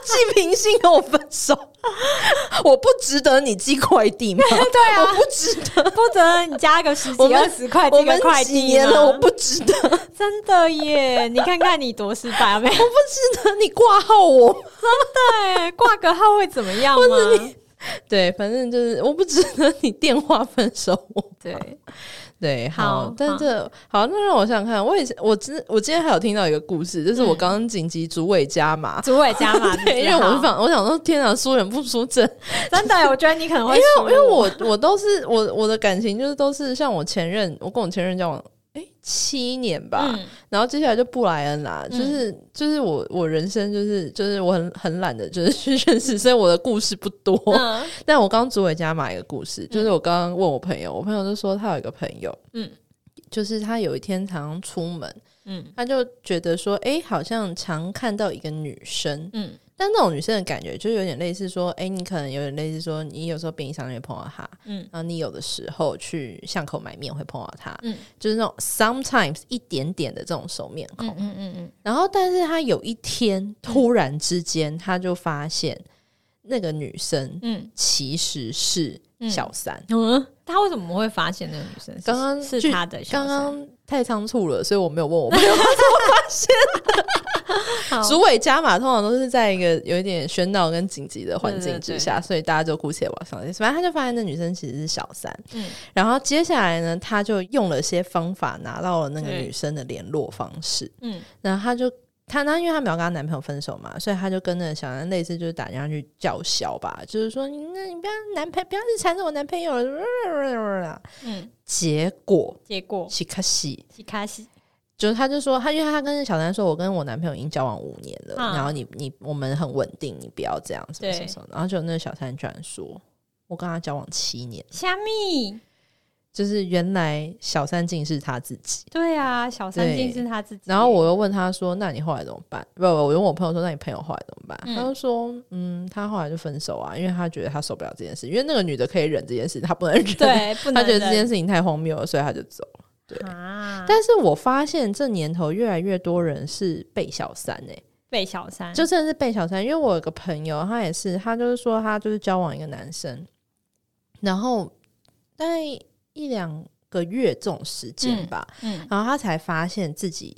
Speaker 1: 寄平信跟我分手， 我不值得你寄快递吗？ 对啊，我不值得。
Speaker 2: 不得你加个十
Speaker 1: 我
Speaker 2: 几
Speaker 1: 们
Speaker 2: 二十块
Speaker 1: 我
Speaker 2: 这个
Speaker 1: 们
Speaker 2: 快
Speaker 1: 几
Speaker 2: 递
Speaker 1: 年了，我
Speaker 2: 吗？
Speaker 1: 不值 得，我不
Speaker 2: 真的耶！你看看你多失败，有没有？
Speaker 1: 值得你挂号我。
Speaker 2: 对，挂个号会怎么样吗？
Speaker 1: 对，反正就是我不值得你电话分手我。
Speaker 2: 对，
Speaker 1: 对，好，
Speaker 2: 好
Speaker 1: 但这好，那让我想想看，我以前我之我今天还有听到一个故事，就是我
Speaker 2: 嗯
Speaker 1: 刚刚紧急主委加码。
Speaker 2: 主委加码，
Speaker 1: 对，因为我想，我想说，天哪，输人不输阵，
Speaker 2: 真的，我觉得你可能会
Speaker 1: 因
Speaker 2: 输，
Speaker 1: 为因为我我都是我我的感情就是都是像我前任，我跟我前任交往诶七年吧，
Speaker 2: 嗯
Speaker 1: 然后接下来就布莱恩啦，
Speaker 2: 嗯
Speaker 1: 就是、就是我我人生就是就是我很很懒的，就是 去认识，所以我的故事不多。
Speaker 2: 嗯
Speaker 1: 但我刚组委加码一个故事，就是我刚刚问我朋友，我朋友就说他有一个朋友，
Speaker 2: 嗯
Speaker 1: 就是他有一天常常出门，
Speaker 2: 嗯
Speaker 1: 他就觉得说，诶，好像常看到一个女生，
Speaker 2: 嗯
Speaker 1: 但那种女生的感觉就有点类似说，哎、你可能有点类似说，你有时候便利商店会碰到她，
Speaker 2: 嗯
Speaker 1: 然后你有的时候去巷口买面会碰到她，
Speaker 2: 嗯
Speaker 1: 就是那种 sometimes 一点点的这种熟面孔。
Speaker 2: 嗯嗯嗯
Speaker 1: 然后，但是她有一天突然之间，她就发现那个女生
Speaker 2: 嗯
Speaker 1: 其实是
Speaker 2: 嗯
Speaker 1: 小三。
Speaker 2: 嗯，他为什么会发现那个女生是
Speaker 1: 刚刚
Speaker 2: 是
Speaker 1: 去
Speaker 2: 他的小
Speaker 1: 刚
Speaker 2: 三？
Speaker 1: 刚太仓促了，所以我没有问我朋友。
Speaker 2: 好
Speaker 1: 主委加码通常都是在一个有一点喧闹跟紧急的环境之下，
Speaker 2: 对
Speaker 1: 所以大家就姑且往上反正他就发现那女生其实是小三，
Speaker 2: 嗯
Speaker 1: 然后接下来呢，他就用了些方法拿到了那个
Speaker 2: 对
Speaker 1: 女生的联络方式，
Speaker 2: 嗯
Speaker 1: 然后他就他那因为他没有跟她男朋友分手嘛，所以他就跟那个小三类似就是打电话去叫嚣吧，就是说你那你不要男朋不要去缠着我男朋友了，
Speaker 2: 嗯，
Speaker 1: 结果
Speaker 2: 结果
Speaker 1: 西卡西。
Speaker 2: 西卡西
Speaker 1: 就是他就说他，因为他跟小三说，我跟我男朋友已经交往五年了，
Speaker 2: 嗯
Speaker 1: 然后你你我们很稳定，你不要这样什么
Speaker 2: 对
Speaker 1: 什么什么，然后就那个小三居然说，我跟他交往七年，
Speaker 2: 虾米，
Speaker 1: 就是原来小三竟是他自己。
Speaker 2: 对啊，小三
Speaker 1: 对
Speaker 2: 竟是他自己。
Speaker 1: 然后我又问他说，那你后来怎么办？不，不我问我朋友说，那你朋友后来怎么办？
Speaker 2: 嗯
Speaker 1: 他就说，嗯，他后来就分手啊，因为他觉得他受不了这件事，因为那个女的可以忍这件事，他不能忍，
Speaker 2: 对嗯不能
Speaker 1: 他觉得这件
Speaker 2: 忍
Speaker 1: 事情太荒谬了，所以他就走了。
Speaker 2: 啊，
Speaker 1: 但是我发现这年头越来越多人是被小三哎、
Speaker 2: 被小三
Speaker 1: 就真的是被小三，因为我有个朋友，他也是，他就是说他就是交往一个男生，然后大概一两个月这种时间吧，
Speaker 2: 嗯
Speaker 1: 然后他才发现自己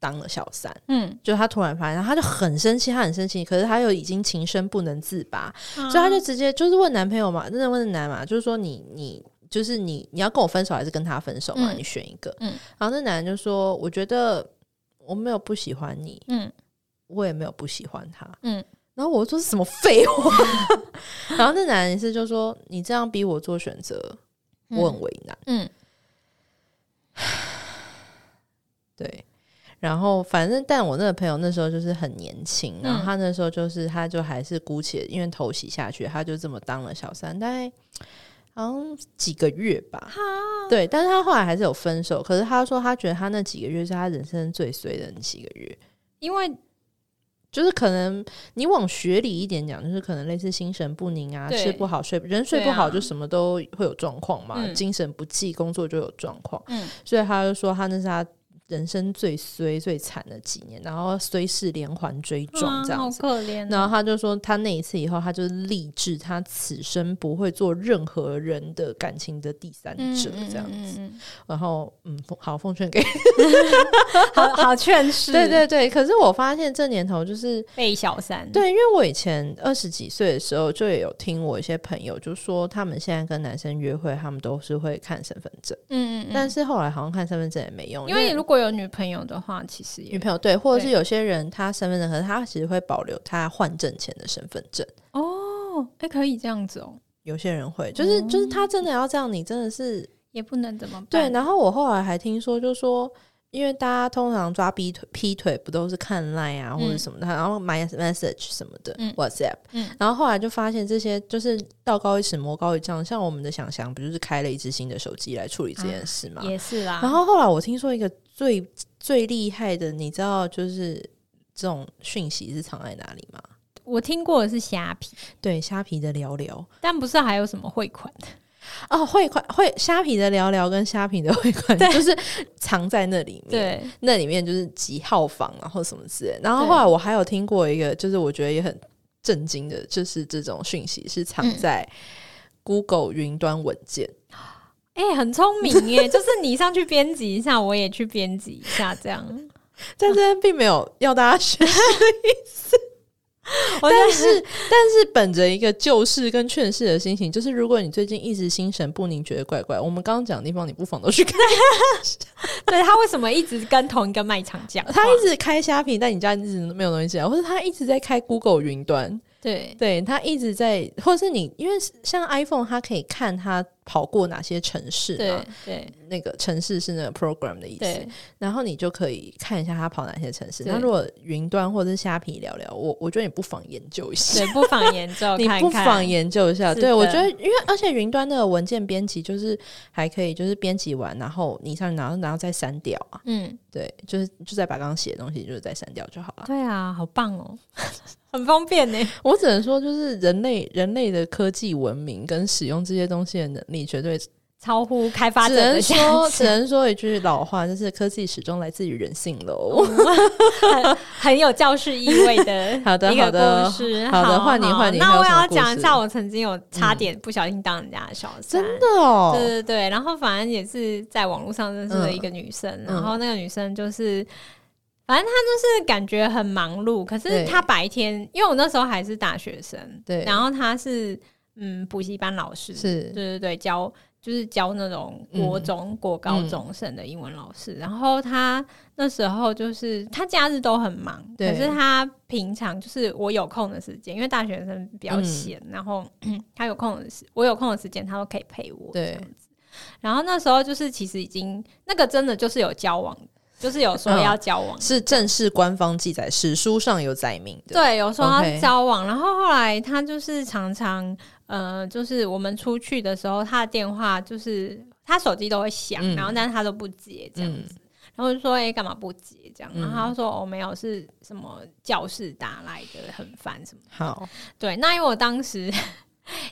Speaker 1: 当了小三，
Speaker 2: 嗯，
Speaker 1: 就他突然发现，他就很生气，他很生气，可是他又已经情深不能自拔，
Speaker 2: 所
Speaker 1: 嗯所以他就直接就是问男朋友嘛，真的问男嘛，就是说你你。就是你你要跟我分手还是跟他分手嘛？
Speaker 2: 嗯
Speaker 1: 你选一个。
Speaker 2: 嗯
Speaker 1: 然后那男人就说：“我觉得我没有不喜欢你，
Speaker 2: 嗯
Speaker 1: 我也没有不喜欢他。”
Speaker 2: 嗯，
Speaker 1: 然后我说：“是什么废话？” 然后那男人是就说：“你这样逼我做选择，
Speaker 2: 嗯
Speaker 1: 我很为难。
Speaker 2: 嗯
Speaker 1: 对，然后反正但我那个朋友那时候就是很年轻，然后
Speaker 2: 嗯
Speaker 1: 他那时候就是他就还是姑且因为头洗下去，他就这么当了小三，大概好像几个月吧。对，但是他后来还是有分手，可是他说他觉得他那几个月是他人生最衰的那几个月，
Speaker 2: 因为
Speaker 1: 就是可能你往学理一点讲，就是可能类似心神不宁啊，
Speaker 2: 对
Speaker 1: 吃不好睡人睡不
Speaker 2: 对啊
Speaker 1: 好就什么都会有状况嘛，
Speaker 2: 嗯
Speaker 1: 精神不济，工作就有状况。
Speaker 2: 嗯
Speaker 1: 所以他就说他那是他人生最衰最惨的几年，然后虽是连环追撞这
Speaker 2: 啊
Speaker 1: 样
Speaker 2: 好
Speaker 1: 子。
Speaker 2: 可怜
Speaker 1: 然
Speaker 2: 哦，
Speaker 1: 后他就说，他那一次以后，他就立志，他此生不会做任何人的感情的第三
Speaker 2: 嗯
Speaker 1: 者，
Speaker 2: 嗯
Speaker 1: 这样
Speaker 2: 嗯
Speaker 1: 子。
Speaker 2: 嗯
Speaker 1: 然后，嗯，奉好，奉劝给，
Speaker 2: 嗯 好好劝世，
Speaker 1: 对对对。可是我发现这年头就是
Speaker 2: 被小三，
Speaker 1: 对，因为我以前二十几岁的时候，就也有听我一些朋友就说，他们现在跟男生约会，他们都是会看身份证，
Speaker 2: 嗯，嗯嗯，
Speaker 1: 但是后来好像看身份证也没用，
Speaker 2: 因为你如果有女朋友的话，其实
Speaker 1: 女
Speaker 2: 也
Speaker 1: 朋友对，或者是
Speaker 2: 对
Speaker 1: 有些人他身份证，可是他其实会保留他换证前的身份证。
Speaker 2: 哦，哎、可以这样子哦，
Speaker 1: 有些人会，就是、就是他真的要这样，你真的是
Speaker 2: 也不能怎么办，
Speaker 1: 对。然后我后来还听说，就说因为大家通常抓劈腿劈腿不都是看 Line 啊或者
Speaker 2: 嗯
Speaker 1: 什么的，然后买 message 什么的、
Speaker 2: 嗯
Speaker 1: WhatsApp，
Speaker 2: 嗯
Speaker 1: 然后后来就发现这些就是道高一尺魔高一丈，像我们的想象不就是开了一只新的手机来处理这件事吗？
Speaker 2: 啊也啊是啦，
Speaker 1: 然后后来我听说一个最最厉害的，你知道就是这种讯息是藏在哪里吗？
Speaker 2: 我听过的是虾皮，
Speaker 1: 对，虾皮的聊聊
Speaker 2: 但不是还有什么汇款的，
Speaker 1: 哦，汇款汇虾皮的聊聊跟虾皮的汇款
Speaker 2: 对
Speaker 1: 就是藏在那里面，，
Speaker 2: 对，
Speaker 1: 那里面就是几号房啊或什么之类的。然后
Speaker 2: 对
Speaker 1: 后来我还有听过一个，就是我觉得也很震惊的，就是这种讯息是藏
Speaker 2: 嗯
Speaker 1: 在 Google 云端文 件。
Speaker 2: 哎、很聪明耶， 就是你上去编辑一下，我也去编辑一下，这样，
Speaker 1: 在这边并没有要大家学
Speaker 2: 我
Speaker 1: 但
Speaker 2: 觉
Speaker 1: 是， 但是本着一个救世跟劝世的心情，就是如果你最近一直心神不宁，觉得怪怪，我们刚刚讲的地方，你不妨都去看。
Speaker 2: 得对他为什么一直跟同一个卖场讲话，
Speaker 1: 他一 直开虾皮，但你家一直没有东西进来，或者他一直在开 Google 云端，
Speaker 2: 对
Speaker 1: 对他一直在，或是你因为像 iPhone，它可以看它跑过哪些城市嘛
Speaker 2: 对。对
Speaker 1: 那个城市是那个 program 啊的意思
Speaker 2: 对，，
Speaker 1: 然后你就可以看一下它跑哪些城市。
Speaker 2: 对
Speaker 1: 那如果云端或者是虾皮聊聊，我我觉得你不妨研究一下。
Speaker 2: 对，不妨研究
Speaker 1: 你
Speaker 2: 看看，
Speaker 1: 不妨研究一下。
Speaker 2: 是
Speaker 1: 对，我
Speaker 2: 的
Speaker 1: 觉得，因为而且云端的文件编辑就是还可以，就是编辑完，然后你上去拿，然后再删掉啊。
Speaker 2: 嗯，
Speaker 1: 对，就是就再把刚刚写的东西，就是再删掉就好了。
Speaker 2: 对啊，好棒哦，很方便呢，
Speaker 1: 我只能说，就是人类人类的科技文明跟使用这些东西的能力，绝对只
Speaker 2: 超乎开发者
Speaker 1: 能
Speaker 2: 的想象
Speaker 1: 说只能说一句老话，就是科技始终来自于人性哦喽。
Speaker 2: 哦很很有教室意味的
Speaker 1: 好的
Speaker 2: 一个
Speaker 1: 好的
Speaker 2: 故事。
Speaker 1: 好的换你换你还
Speaker 2: 那
Speaker 1: 有
Speaker 2: 我
Speaker 1: 什
Speaker 2: 也
Speaker 1: 么
Speaker 2: 要
Speaker 1: 故
Speaker 2: 讲
Speaker 1: 事
Speaker 2: 一下，我曾经有差点不小心当人家的小三。
Speaker 1: 真的哦
Speaker 2: 对，对对，然后反正也是在网络上认识了一个女生，
Speaker 1: 嗯
Speaker 2: 然后那个女生就是，反正她就是感觉很忙碌，可
Speaker 1: 对
Speaker 2: 是她白天，因为我那时候还是大学生，
Speaker 1: 对
Speaker 2: 然后她是嗯补习班老师，
Speaker 1: 是
Speaker 2: 对对对，教就是教那种
Speaker 1: 嗯
Speaker 2: 国中、国高中生的英文老师。然后他那时候就是他假日都很忙，
Speaker 1: 对
Speaker 2: 可是他平常就是我有空的时间，因为大学生比
Speaker 1: 嗯
Speaker 2: 较闲，然后 他有空的时，我有空的时间，他都可以陪我。
Speaker 1: 对
Speaker 2: 这样子。然后那时候就是其实已经那个真的就是有交往，就是有说
Speaker 1: 嗯
Speaker 2: 要交往。
Speaker 1: 是正式官方记载，史书上有载明的。
Speaker 2: 对，有说要
Speaker 1: OK
Speaker 2: 交往，然后后来他就是常常，呃，就是我们出去的时候，他的电话就是他手机都会响，
Speaker 1: 嗯
Speaker 2: 然后但是他都不接这样
Speaker 1: 嗯
Speaker 2: 子，然后就说哎干、嘛不接这样，
Speaker 1: 嗯
Speaker 2: 然后他就说哦没有是什么教室打来的，很烦什么，
Speaker 1: 好，
Speaker 2: 对，那因为我当时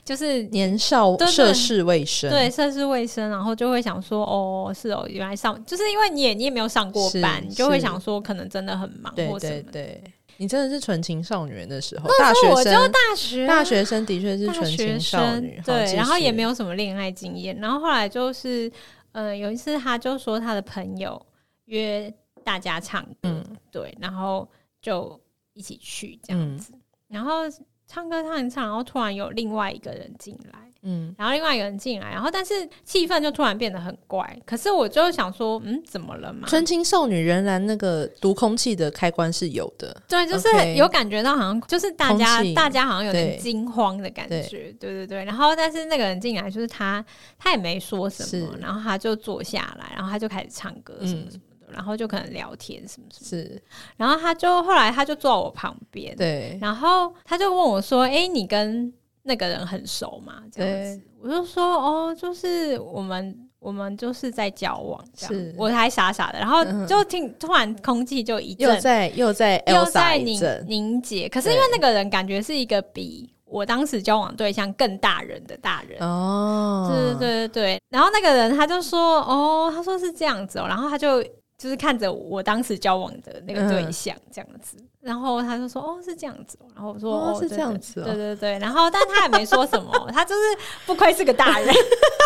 Speaker 2: 就是
Speaker 1: 年少
Speaker 2: 对对
Speaker 1: 涉世未深，
Speaker 2: 对，涉世未深，然后就会想说，哦，是哦，原来上就是因为你也你也没有上过
Speaker 1: 是
Speaker 2: 班，你就会
Speaker 1: 是
Speaker 2: 想说，可能真的很忙
Speaker 1: 对
Speaker 2: 或什么
Speaker 1: 对
Speaker 2: 的。
Speaker 1: 对，你真的是纯情少女的时候，大学
Speaker 2: 我就
Speaker 1: 生，
Speaker 2: 大学
Speaker 1: 大学生的确是
Speaker 2: 大
Speaker 1: 纯
Speaker 2: 学
Speaker 1: 情少女
Speaker 2: 生，
Speaker 1: 好
Speaker 2: 对，然后也没
Speaker 1: 有
Speaker 2: 有什么恋爱经验。然后后来就是，呃，有一次他就说他的朋友约大家唱歌，
Speaker 1: 嗯
Speaker 2: 对，然后就一起去这样
Speaker 1: 嗯
Speaker 2: 子。然后唱歌唱一唱，然后突然有另外一个人进来。
Speaker 1: 嗯，
Speaker 2: 然后另外一个人进来，然后但是气氛就突然变得很怪。可是我就想说，嗯，怎么了嘛？
Speaker 1: 纯情少女仍然那个读空气的开关是有的，
Speaker 2: 对，就是
Speaker 1: OK
Speaker 2: 有感觉到好像就是大家
Speaker 1: 空气
Speaker 2: 大家好像有点
Speaker 1: 对
Speaker 2: 惊慌的感觉，对对对。然后但是那个人进来，就是他他也没说什么
Speaker 1: 是，
Speaker 2: 然后他就坐下来，然后他就开始唱歌什么
Speaker 1: 嗯
Speaker 2: 什么的，然后就可能聊天什么什么。
Speaker 1: 是
Speaker 2: 然后他就后来他就坐我旁边，
Speaker 1: 对，
Speaker 2: 然后他就问我说：“哎、你跟那个人很熟吗？”这样子，我就说：“哦，就是我们我们就是在交往这样
Speaker 1: 是。”
Speaker 2: 我还傻傻的，然后
Speaker 1: 嗯
Speaker 2: 就听、突然空气就一
Speaker 1: 又
Speaker 2: 阵
Speaker 1: 在又在
Speaker 2: 又在
Speaker 1: Elsa 一
Speaker 2: 凝
Speaker 1: 阵，
Speaker 2: 凝结，可是因为那个人感觉是一个比我当时交往对象更大人的大人。
Speaker 1: 哦，
Speaker 2: 对对对对对，然后那个人他就说，哦，他说是这样子哦，然后他就就是看着我当时交往的那个
Speaker 1: 嗯
Speaker 2: 对象这样子，然后他就说，哦，是这样子哦，然后我说，
Speaker 1: 哦
Speaker 2: 哦，
Speaker 1: 是
Speaker 2: 对
Speaker 1: 这样子哦
Speaker 2: 对对对，然后但他也没说什么，他就是不愧是个大人，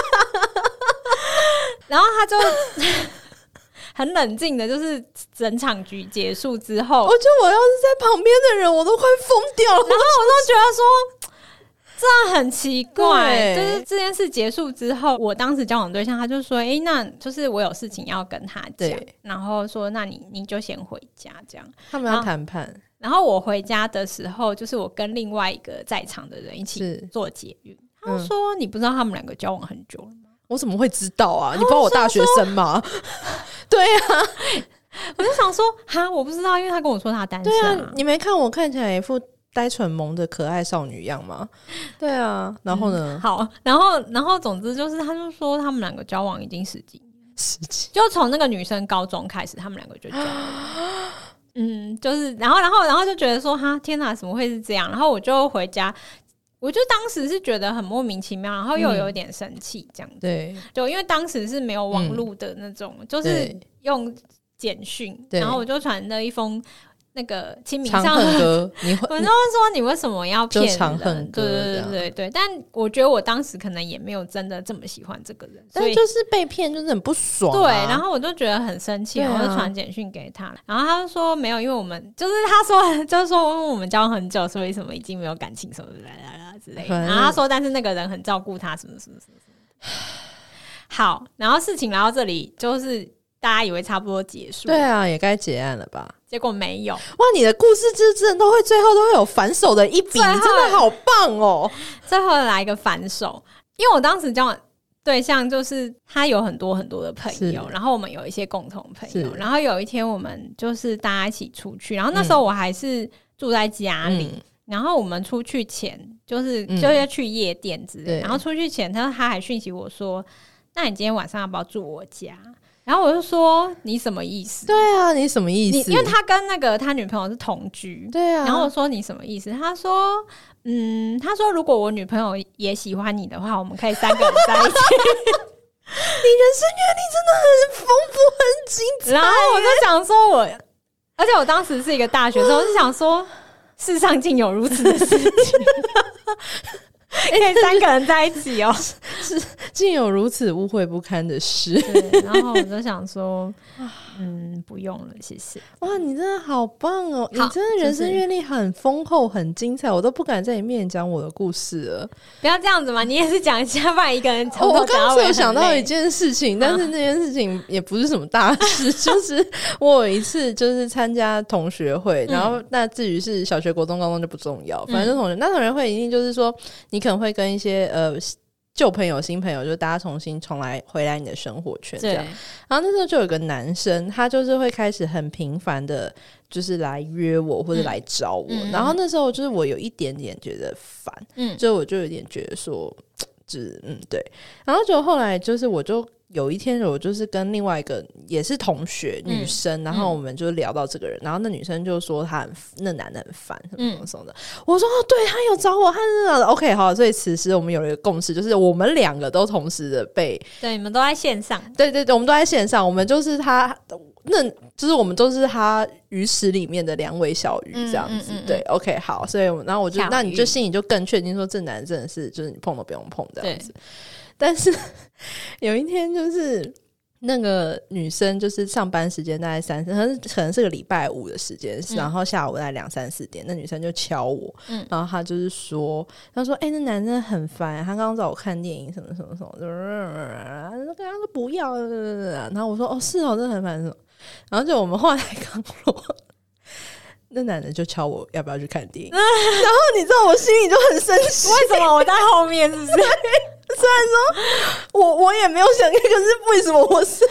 Speaker 2: 然后他就 很冷静的，就是整场局结束之后，
Speaker 1: 我觉得我要是在旁边的人，我都快疯掉了。
Speaker 2: 然后我都觉得说。这样很奇怪，
Speaker 1: 对
Speaker 2: 就是这件事结束之后，我当时交往对象他就说：“诶，那就是我有事情要跟他讲
Speaker 1: 对，
Speaker 2: 然后说那你你就先回家这样。
Speaker 1: 他们要谈判”
Speaker 2: 然后我回家的时候，就是我跟另外一个在场的人一起
Speaker 1: 是，
Speaker 2: 做捷运，他
Speaker 1: 嗯
Speaker 2: 就说：“你不知道他们两个交往很久了吗
Speaker 1: 我怎么会知道
Speaker 2: 哦
Speaker 1: 啊？你把我大学生吗？ 对啊，？”
Speaker 2: 我就想说：“哈，我不知道，因为他跟我说他单身、
Speaker 1: 对啊，你没看我看起来一副呆蠢萌的可爱少女样吗？对啊，然后呢？
Speaker 2: 好，然后然后总之就是，他就说他们两个交往已经十几
Speaker 1: 十几
Speaker 2: 就从那个女生高中开始，他们两个就交往。
Speaker 1: 啊
Speaker 2: 嗯，就是，然后，然后，然后就觉得说，哈，天哪，怎么会是这样？然后我就回家，我就当时是觉得很莫名其妙，然后又有点生气，这样子。
Speaker 1: 对
Speaker 2: 就因为当时是没有网络的那种，就是
Speaker 1: 嗯对，
Speaker 2: 用简讯，
Speaker 1: 对
Speaker 2: 然后我就传了一封那个清明
Speaker 1: 长
Speaker 2: 上
Speaker 1: 恨歌，你
Speaker 2: 我
Speaker 1: 会
Speaker 2: 就会说你为什么要骗
Speaker 1: 就长
Speaker 2: 人？
Speaker 1: 恨歌
Speaker 2: 对对对
Speaker 1: 这
Speaker 2: 对对，但我觉得我当时可能也没有真的这么喜欢这个人，所
Speaker 1: 但
Speaker 2: 以
Speaker 1: 就是被骗，就是很不爽啊。
Speaker 2: 对，然后我就觉得很生气，
Speaker 1: 对啊
Speaker 2: 我就传简讯给他，然后他就说没有，因为我们就是他说 就是说因为我们交往很久，所以什么已经没有感情什么的啦啦啦之类的。
Speaker 1: 反正
Speaker 2: 然后他说，但是那个人很照顾他，什么什么什么什么的。好，然后事情来到这里，就是大家以为差不多结束，
Speaker 1: 对啊，也该结案了吧？
Speaker 2: 结果没有。
Speaker 1: 哇，你的故事之真的都会最后都会有反手的一笔，
Speaker 2: 最后
Speaker 1: 你真的好棒哦！
Speaker 2: 最后来一个反手，因为我当时交往对象就是他有很多很多的朋友，
Speaker 1: 是
Speaker 2: 然后我们有一些共同朋友，
Speaker 1: 是
Speaker 2: 然后有一天我们就是大家一起出去，然后那时候我还是住在家里，
Speaker 1: 嗯，
Speaker 2: 然后我们出去前就是
Speaker 1: 嗯
Speaker 2: 就要去夜店之类，
Speaker 1: 对
Speaker 2: 然后出去前他他还讯息我说，那你今天晚上要不要住我家？然后我就说你什么意思？
Speaker 1: 对啊，你什么意
Speaker 2: 你
Speaker 1: 思？
Speaker 2: 因为他跟那个他女朋友是同居，
Speaker 1: 对啊，
Speaker 2: 然后我说你什么意思？他说，嗯，他说如果我女朋友也喜欢你的话，我们可以三个人在一起。
Speaker 1: 你人生阅历真的很丰富，很精 彩。
Speaker 2: 然后我就想说我，而且我当时是一个大学 生，我就想说，世上竟有如此的事情， 可以三个人在一起 哦。
Speaker 1: 竟有如此污秽不堪的事！
Speaker 2: 对，然后我就想说，嗯，不用了，谢谢。
Speaker 1: 哇，你真的好棒哦！你
Speaker 2: 好
Speaker 1: 真的人
Speaker 2: 就
Speaker 1: 生
Speaker 2: 是
Speaker 1: 阅历很丰厚，很精彩，我都不敢在你面前讲我的故事了。
Speaker 2: 不要这样子嘛，你也是讲一下，不然一个人从
Speaker 1: 哦我
Speaker 2: 头
Speaker 1: 我
Speaker 2: 讲
Speaker 1: 刚
Speaker 2: 到
Speaker 1: 刚
Speaker 2: 尾
Speaker 1: 是有
Speaker 2: 很
Speaker 1: 想到
Speaker 2: 累嗯
Speaker 1: 一件事情，但是那件事情也不是什么大事， 就是我有一次就是参加同学会，然
Speaker 2: 嗯
Speaker 1: 后那至于是小学、国中、高中就不重要，反正就同学那同学会一定就是说，你可能会跟一些呃旧朋友、新朋友，就是大家重新重来回来你的生活圈这样
Speaker 2: 对。，
Speaker 1: 然后那时候就有个男生，他就是会开始很频繁的，就是来约我或者来找我。
Speaker 2: 嗯嗯
Speaker 1: 然后那时候就是我有一点点觉得烦，
Speaker 2: 嗯
Speaker 1: 所以我就有点觉得说，就是嗯对。然后就后来就是我就。有一天，我就是跟另外一个也是同学
Speaker 2: 嗯
Speaker 1: 女生，然后我们就聊到这个人，然后那女生就说她很那男的很烦什
Speaker 2: 嗯
Speaker 1: 么什么什么的，我说哦，对他有找我，他是 OK 好，所以此时我们有了一个共识，就是我们两个都同时的被
Speaker 2: 对，你们都在线上，
Speaker 1: 对对对，我们都在线上，我们就是他，那就是我们都是他鱼池里面的两尾小鱼
Speaker 2: 嗯
Speaker 1: 这样子。
Speaker 2: 嗯嗯嗯
Speaker 1: 对，OK，好，所以我然后我就
Speaker 2: 小鱼
Speaker 1: 那你就心里就更确定说，这男人真的是就是你碰都不用碰这样
Speaker 2: 对
Speaker 1: 子。但是有一天就是。那个女生就是上班时间大概三，可能可能是个礼拜五的时间，
Speaker 2: 嗯
Speaker 1: 然后下午大概两三四点，那女生就敲我，
Speaker 2: 嗯
Speaker 1: 然后她就是说，她说：“哎、那男生很烦，他刚刚找我看电影，什么什么什么，就是跟呃他说不要，然后我说：哦，是哦，真的很烦什么。然后就我们后来刚落， 那男的就敲我要不要去看 电影，然后你知道我心里就很生气，
Speaker 2: 为什么我在后面？是不是？
Speaker 1: 我我也没有想，可是为什么我是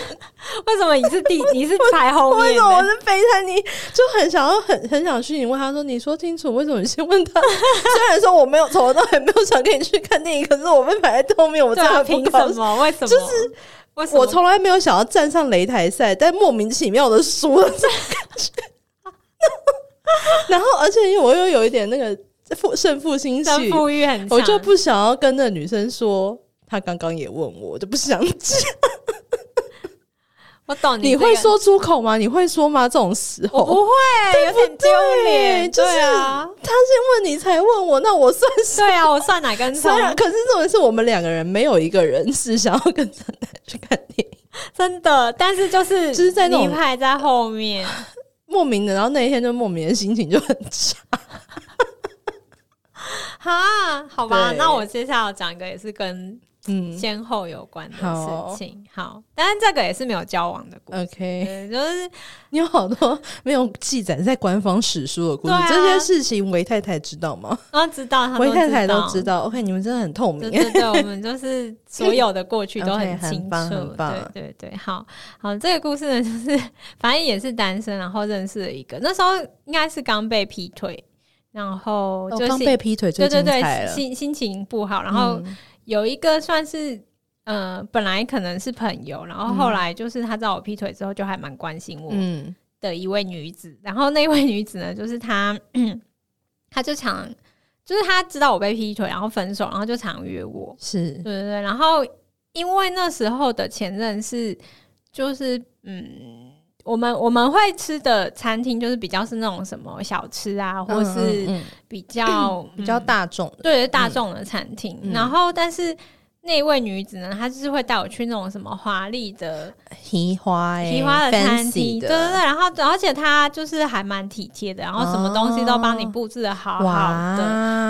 Speaker 2: 为什么你是 第你是排后
Speaker 1: 为
Speaker 2: 面
Speaker 1: 什么我
Speaker 2: 的？
Speaker 1: 是备胎？你就很想要很很想去，你问他说：“你说清楚，为什么你先问他？” 虽然说我没有从头到尾没有想跟你去看电影，可是我被排在后面，我
Speaker 2: 对
Speaker 1: 真的
Speaker 2: 啊，
Speaker 1: 很不
Speaker 2: 凭
Speaker 1: 高
Speaker 2: 什
Speaker 1: 兴。
Speaker 2: 么？为什么？就是为什么
Speaker 1: 我从来没有想要站上擂台赛，但莫名其妙的输了这种感觉。然后，而且因为我又有一点那个负胜负心
Speaker 2: 胜
Speaker 1: 虚，
Speaker 2: 负欲很强，
Speaker 1: 我就不想要跟那女生说。她刚刚也问我，我就 不想讲。
Speaker 2: 我懂
Speaker 1: 你
Speaker 2: 这
Speaker 1: 会
Speaker 2: 个
Speaker 1: 说哦出口吗？你会说吗？这种时候
Speaker 2: 我不会，有点丢脸，
Speaker 1: 就是
Speaker 2: 对啊，
Speaker 1: 他先问你才问我，那我算是
Speaker 2: 对啊，我算哪根
Speaker 1: 虽
Speaker 2: 葱？
Speaker 1: 然，可是这种是我们两个人没有一个人是想要跟张楠 去看电影，
Speaker 2: 真的，但是就是
Speaker 1: 就是在那
Speaker 2: 你
Speaker 1: 种
Speaker 2: 排在后面，
Speaker 1: 莫名的，然后那一天就莫名的心情就很差。
Speaker 2: 哈，好吧，
Speaker 1: 对
Speaker 2: 那我接下来要讲一个也是跟
Speaker 1: 嗯
Speaker 2: 先后有关的
Speaker 1: 好
Speaker 2: 事情，好，但是这个也是没有交往的故事，
Speaker 1: ，OK，
Speaker 2: 对，就是
Speaker 1: 你有好多没有记载在官方史书的故事，
Speaker 2: 对啊
Speaker 1: 这些事情维太太知道吗？
Speaker 2: 都哦知道，他
Speaker 1: 维太太都知
Speaker 2: 道。
Speaker 1: 道。OK，你们真的很透明
Speaker 2: 对。 对对，我们就是所有的过去都
Speaker 1: OK，
Speaker 2: 很
Speaker 1: 很
Speaker 2: 清楚
Speaker 1: 棒很棒
Speaker 2: 对对对，好好，这个故事呢，就是 反正也是单身，然后认识了一个，那时候应该是刚被劈腿，然后
Speaker 1: 我
Speaker 2: 就是、
Speaker 1: 哦刚被劈腿最
Speaker 2: 对对
Speaker 1: 精彩
Speaker 2: 对，
Speaker 1: 了，
Speaker 2: 心心情不好，然后
Speaker 1: 嗯
Speaker 2: 有一个算是。呃，本来可能是朋友，然后后来就是他知道我劈腿之后，就还蛮关心我
Speaker 1: 嗯
Speaker 2: 的一位女子。然后那位女子呢，就是她， 她就常，就是她知道我被劈腿，然后分手，然后就常约我。
Speaker 1: 是
Speaker 2: 对对对，然后因为那时候的前任是，就是嗯，我们我们会吃的餐厅就是比较是那种什么小吃啊，或
Speaker 1: 嗯
Speaker 2: 是
Speaker 1: 嗯嗯
Speaker 2: 比较、
Speaker 1: 比较
Speaker 2: 嗯
Speaker 1: 大众的，
Speaker 2: 对大众的餐厅。
Speaker 1: 嗯
Speaker 2: 然后，但是那位女子呢，她就是会带我去那种什么华丽的
Speaker 1: 提花欸
Speaker 2: 提花的餐
Speaker 1: fancy
Speaker 2: 厅，
Speaker 1: 的
Speaker 2: 对对对。然后，而且她就是还蛮体贴的，然后什么东西都帮你布置的好好的。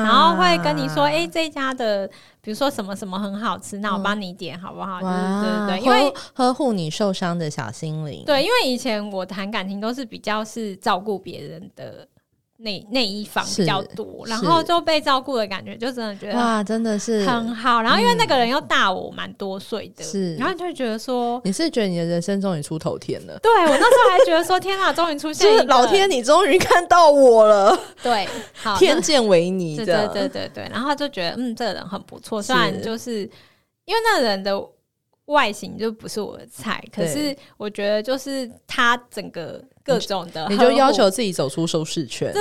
Speaker 2: 然后会跟你说，哎、这家的，比如说什么什么很好吃，那我
Speaker 1: 嗯
Speaker 2: 帮你点好不好？就是
Speaker 1: 哇，
Speaker 2: 对对对，因为
Speaker 1: 呵呵护你受伤的小心灵，，
Speaker 2: 对，因为以前我谈感情都是比较是照顾别人的那那一方
Speaker 1: 是
Speaker 2: 比较多，然
Speaker 1: 是
Speaker 2: 后就被照顾的感觉，就真的觉得
Speaker 1: 哇，真的是，
Speaker 2: 很好。然后因为那个人又大我蛮多岁的，
Speaker 1: 是
Speaker 2: 然后就会觉得说，
Speaker 1: 你是觉得你的人生终于出头天了，
Speaker 2: 对我那时候还觉得说， 天哪，终于出现一个
Speaker 1: 就是老天，你终于看到我了，
Speaker 2: 对，好
Speaker 1: 天见维
Speaker 2: 啊
Speaker 1: 尼
Speaker 2: 那对
Speaker 1: 的，
Speaker 2: 对对对对，然后就觉得嗯，这个人很不错，虽然
Speaker 1: 是
Speaker 2: 就是因为那个人的外形就不是我的菜，可
Speaker 1: 对
Speaker 2: 是我觉得就是他整个各种的，
Speaker 1: 你就要求。自己走出舒适圈，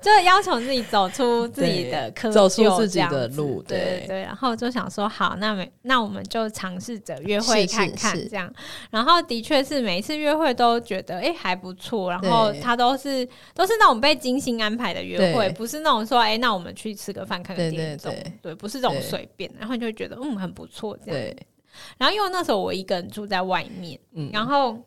Speaker 2: 就是要求自己走出自己的窠臼，
Speaker 1: 走出自己
Speaker 2: 这样
Speaker 1: 的
Speaker 2: 子
Speaker 1: 路
Speaker 2: 对
Speaker 1: 对
Speaker 2: 对对。然后就想说，好，那没那我们就尝试着约会
Speaker 1: 是是
Speaker 2: 看看
Speaker 1: 是
Speaker 2: 这样。然后的确是每一次约会都觉得哎、诶还不错，然后
Speaker 1: 对
Speaker 2: 他都是都是那种被精心安排的约会，
Speaker 1: 对
Speaker 2: 不是那种说哎、诶那我们去吃个饭看个
Speaker 1: 对
Speaker 2: 电影这
Speaker 1: 对
Speaker 2: 种，
Speaker 1: 对
Speaker 2: 对，不是这种
Speaker 1: 对
Speaker 2: 随便。然后你就会觉得嗯很不错这样。
Speaker 1: 对，
Speaker 2: 然后因为那时候我一个人住在外面，
Speaker 1: 嗯
Speaker 2: 然后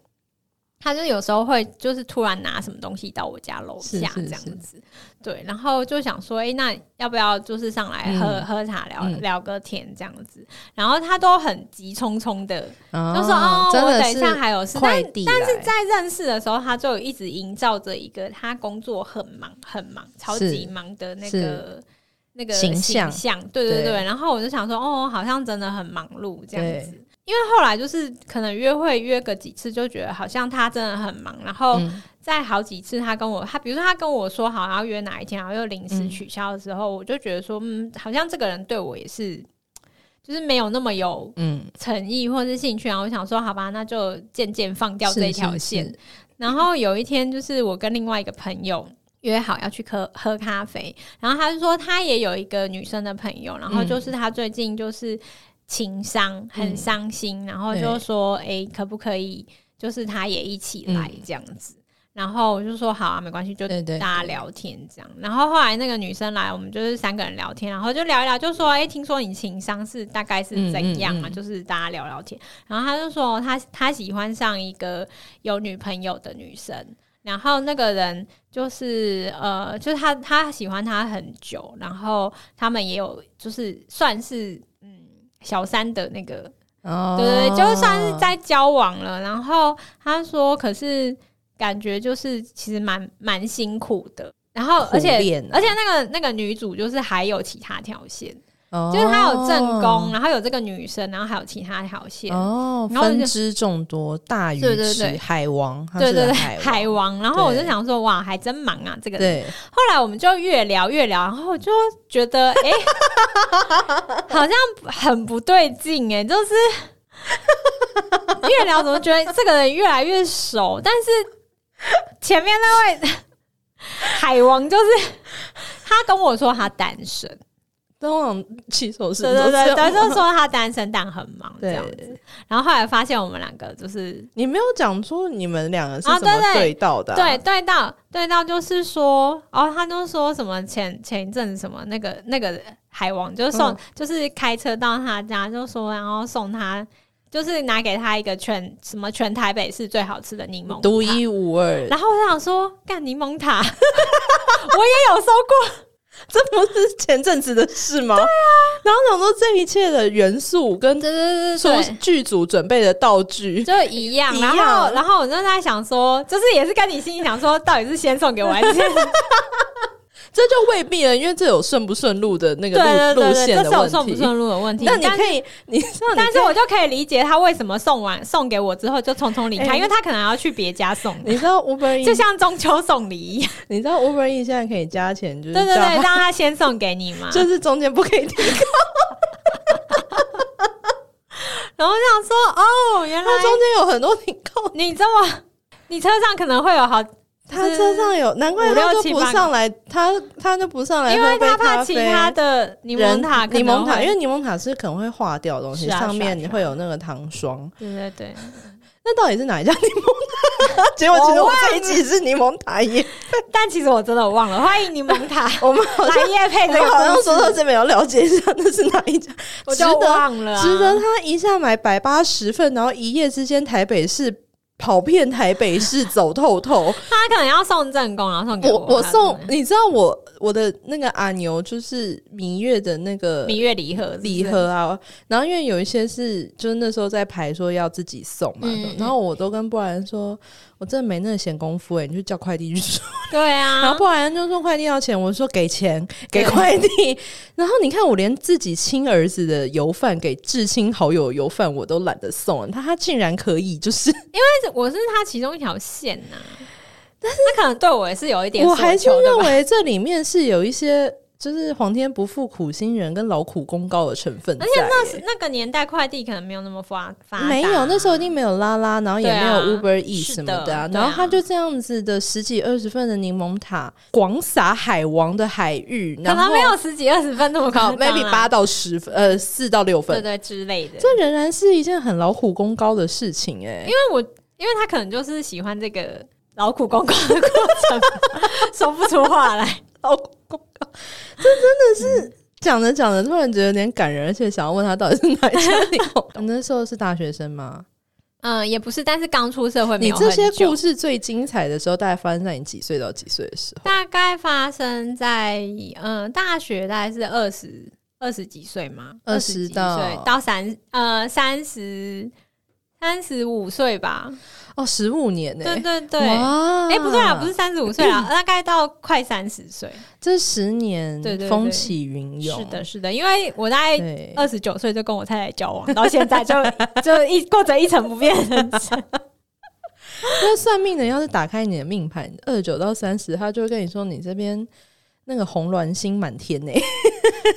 Speaker 2: 他就有时候会就是突然拿什么东西到我家楼
Speaker 1: 是
Speaker 2: 下这
Speaker 1: 是
Speaker 2: 样
Speaker 1: 是
Speaker 2: 子，对，然后就想说，哎、那要不要就是上来喝、
Speaker 1: 嗯
Speaker 2: 喝茶聊、
Speaker 1: 嗯
Speaker 2: 聊个天这样子？然后他都很急匆匆的，
Speaker 1: 就
Speaker 2: 就说哦，
Speaker 1: 啊真
Speaker 2: 我
Speaker 1: 的
Speaker 2: 等一
Speaker 1: 是
Speaker 2: 下还有事，但
Speaker 1: 快递来，
Speaker 2: 但是在认识的时候，他就一直营造着一个他工作很忙、很忙、超级忙的那个那个
Speaker 1: 形象
Speaker 2: 对对对。
Speaker 1: 对
Speaker 2: 然后我就想说，哦，好像真的很忙碌这样子
Speaker 1: 对。
Speaker 2: 因为后来就是可能约会约个几次，就觉得好像他真的很忙。然后
Speaker 1: 嗯
Speaker 2: 在好几次他跟我，他比如说他跟我说好要约哪一天，然后又临时
Speaker 1: 嗯
Speaker 2: 取消的时候，我就觉得说，嗯，好像这个人对我也是，就是没有那么有
Speaker 1: 嗯，
Speaker 2: 诚意或是兴趣，然后我想说，好吧，那就渐渐放掉
Speaker 1: 是
Speaker 2: 这条线。，
Speaker 1: 是是
Speaker 2: 然后有一天，就是我跟另外一个朋友约好要去喝喝咖啡，然后他就说他也有一个女生的朋友，然后
Speaker 1: 嗯
Speaker 2: 就是他最近就是情伤，很伤心，然后就说，诶，可不可以就是他也一起来
Speaker 1: 嗯
Speaker 2: 这样子。然后我就说好啊，没关系，就
Speaker 1: 对对
Speaker 2: 大家聊天这样。然后后来那个女生来，我们就是三个人聊天，然后就聊一聊，就说哎、听说你情商是大概是怎样啊？
Speaker 1: 嗯嗯嗯
Speaker 2: 就是大家聊聊天。然后他就说他他喜欢上一个有女朋友的女生，然后那个人就是呃，就是他他喜欢她很久，然后他们也有就是算是嗯小三的那个
Speaker 1: 哦
Speaker 2: 对对，对就算是在交往了。然后他说，可是感觉就是其实蛮蛮辛苦的。然后，而且、
Speaker 1: 苦练啊
Speaker 2: 而且那个那个女主就是还有其他条线，
Speaker 1: 哦
Speaker 2: 就是她有正宫，然后有这个女生，然后还有其他条线。
Speaker 1: 哦，
Speaker 2: 然后我就
Speaker 1: 分支众多，大鱼
Speaker 2: 对对
Speaker 1: 池
Speaker 2: 对
Speaker 1: 海王，它
Speaker 2: 对
Speaker 1: 是
Speaker 2: 对对，
Speaker 1: 海
Speaker 2: 海王。然后我就
Speaker 1: 对
Speaker 2: 想说，哇，还真忙啊，这个人。
Speaker 1: 对，
Speaker 2: 后来我们就越聊越聊，然后我就觉 得，哎、好像很不对劲，哎，就是 越聊怎么觉得这个人越来越熟，但是前面那位海王就是他跟我说他单身，
Speaker 1: 通常骑手 是
Speaker 2: 对对对，他就说他单身但很忙这样
Speaker 1: 对，
Speaker 2: 子，然后后来发现我们两个就是
Speaker 1: 你没有讲出你们两个是
Speaker 2: 啊
Speaker 1: 怎么
Speaker 2: 对对
Speaker 1: 对到的啊、
Speaker 2: 对，对到对到就是说，哦，他就说什么前前一阵子什么那个那个海王就送、
Speaker 1: 嗯
Speaker 2: 就是开车到他家，就说然后送他就是拿给他一个全什么全台北市最好吃的柠檬塔
Speaker 1: 独。一无二，
Speaker 2: 然后我就想说，干柠檬塔，我 也有收过，
Speaker 1: 这不是前阵子的事吗？对啊，然后想说这一切的元素跟
Speaker 2: 对对
Speaker 1: 出剧组准备的道具，
Speaker 2: 就一样。
Speaker 1: 一
Speaker 2: 然
Speaker 1: 样
Speaker 2: 后然后我就在想说，就是也是跟你心里想说，到底是先送给我还是先
Speaker 1: 这就未必了，因为这有顺不顺路的那个
Speaker 2: 对对
Speaker 1: 路
Speaker 2: 对
Speaker 1: 路
Speaker 2: 对，
Speaker 1: 线
Speaker 2: 这
Speaker 1: 的
Speaker 2: 是我
Speaker 1: 问
Speaker 2: 顺不
Speaker 1: 题。
Speaker 2: 顺路的问题。
Speaker 1: 那你
Speaker 2: 但
Speaker 1: 可以，你知道你可以，
Speaker 2: 但是我就可以理解他为什么送完送给我之后就匆匆离开，
Speaker 1: 哎
Speaker 2: 因为他可能要去别家送，
Speaker 1: 你知道 Uber
Speaker 2: 就
Speaker 1: E，
Speaker 2: 像中秋送礼 一样。
Speaker 1: 你知道 Uber E 现在可以加钱，就是
Speaker 2: 对对
Speaker 1: 叫
Speaker 2: 对，
Speaker 1: 它
Speaker 2: 让他先送给你嘛。
Speaker 1: 就是中间不可以停，
Speaker 2: 然后我想说，哦，原来
Speaker 1: 它中间有很多停靠。
Speaker 2: 你这么，你车上可能会有好，
Speaker 1: 他车上有，难怪
Speaker 2: 五
Speaker 1: 他
Speaker 2: 六
Speaker 1: 就
Speaker 2: 七
Speaker 1: 不
Speaker 2: 八个
Speaker 1: 上来，他他就不上来
Speaker 2: 因
Speaker 1: 喝
Speaker 2: 为
Speaker 1: 杯咖啡，
Speaker 2: 他怕其他的柠檬塔可能会，
Speaker 1: 柠檬塔，因为柠檬塔是可能会化掉的东西，
Speaker 2: 是啊
Speaker 1: 上
Speaker 2: 是啊
Speaker 1: 面
Speaker 2: 是啊
Speaker 1: 会有那个糖霜。
Speaker 2: 对对对，
Speaker 1: 那到底是哪一家柠檬塔？结果其实我这一集是柠檬塔耶，
Speaker 2: 但其实我真的忘了，欢迎柠檬塔
Speaker 1: 我们好像
Speaker 2: 来夜配
Speaker 1: 我
Speaker 2: 这
Speaker 1: 们
Speaker 2: 个
Speaker 1: 好像说
Speaker 2: 故
Speaker 1: 到
Speaker 2: 事，
Speaker 1: 这边，要了解一下那是哪一家，
Speaker 2: 我
Speaker 1: 值
Speaker 2: 就
Speaker 1: 得
Speaker 2: 忘了啊，
Speaker 1: 值得他一下买百八十份，然后一夜之间台北市。跑遍台北市走透透，
Speaker 2: 他可能要送正宫，然后送给
Speaker 1: 我我
Speaker 2: 他
Speaker 1: 送
Speaker 2: 对
Speaker 1: 你知道我我的那个阿牛就是芈月的那个
Speaker 2: 蜜月礼盒，是不是
Speaker 1: 礼盒啊，然后因为有一些是就是那时候在排说要自己送嘛，
Speaker 2: 嗯嗯
Speaker 1: 然后我都跟布莱恩说，我真的没那个闲工夫哎、你就叫快递去送。
Speaker 2: 对啊，
Speaker 1: 然后布莱恩就说快递要钱，我说给钱给
Speaker 2: 对
Speaker 1: 快 递。然后你看我连自己亲儿子的油饭给至亲好友的油饭我都懒得送了，他他竟然可以就是
Speaker 2: 我是他其中一条线呐、但是他可能对我也是有一点
Speaker 1: 我
Speaker 2: 所求的吧，
Speaker 1: 还是认为这里面是有一些就是皇天不负苦心人跟劳苦功高的成分在
Speaker 2: 而
Speaker 1: 耶，
Speaker 2: 且那时那个年代快递可能没有那么发发达
Speaker 1: 没有，那时候一定没有拉拉，然后也没有
Speaker 2: 对啊
Speaker 1: Uber E
Speaker 2: 是
Speaker 1: 什么的啊。
Speaker 2: 的
Speaker 1: 然后
Speaker 2: 对啊
Speaker 1: 他就这样子的十几二十份的柠檬塔，广撒海王的海域，
Speaker 2: 可
Speaker 1: 然
Speaker 2: 能
Speaker 1: 后
Speaker 2: 没有十几二十分那么
Speaker 1: 好
Speaker 2: 高
Speaker 1: maybe 八到十分，呃四到六
Speaker 2: 对
Speaker 1: 分，
Speaker 2: 对之类的，
Speaker 1: 这仍然是一件很劳苦功高的事情哎、
Speaker 2: 因为我因为他可能就是喜欢这个劳苦功高的过程， 说不出话来。
Speaker 1: 劳苦功高，这真的是讲着讲着突然觉得有点感人，而且想要问他到底是哪一家柠檬 塔。你那时候是大学生吗？
Speaker 2: 嗯，也不是，但是刚出社会没
Speaker 1: 你
Speaker 2: 有
Speaker 1: 这些
Speaker 2: 很久
Speaker 1: 故事最精彩的时候，大概发生在你几岁到几岁的时候？
Speaker 2: 大概发生在嗯大学，大概是二十二十几岁嘛，
Speaker 1: 20
Speaker 2: 几岁
Speaker 1: 到
Speaker 2: 到三呃三十三十五岁吧，
Speaker 1: 哦，十五年呢、
Speaker 2: 对对对。
Speaker 1: 哇
Speaker 2: 哎、不对啊，不是，三十五岁 啦，大概到快三十岁。
Speaker 1: 这十年
Speaker 2: 对对对
Speaker 1: 风起云涌，
Speaker 2: 是的，，哎呃是的，因为我大概
Speaker 1: 对，呃
Speaker 2: 二十九岁就跟我太太交往，到现 在就就一过着一成不变的人生。
Speaker 1: 那算命的要是打开你的命盘，二九到三十，他就会跟你说你这边那个红鸾星满天呢、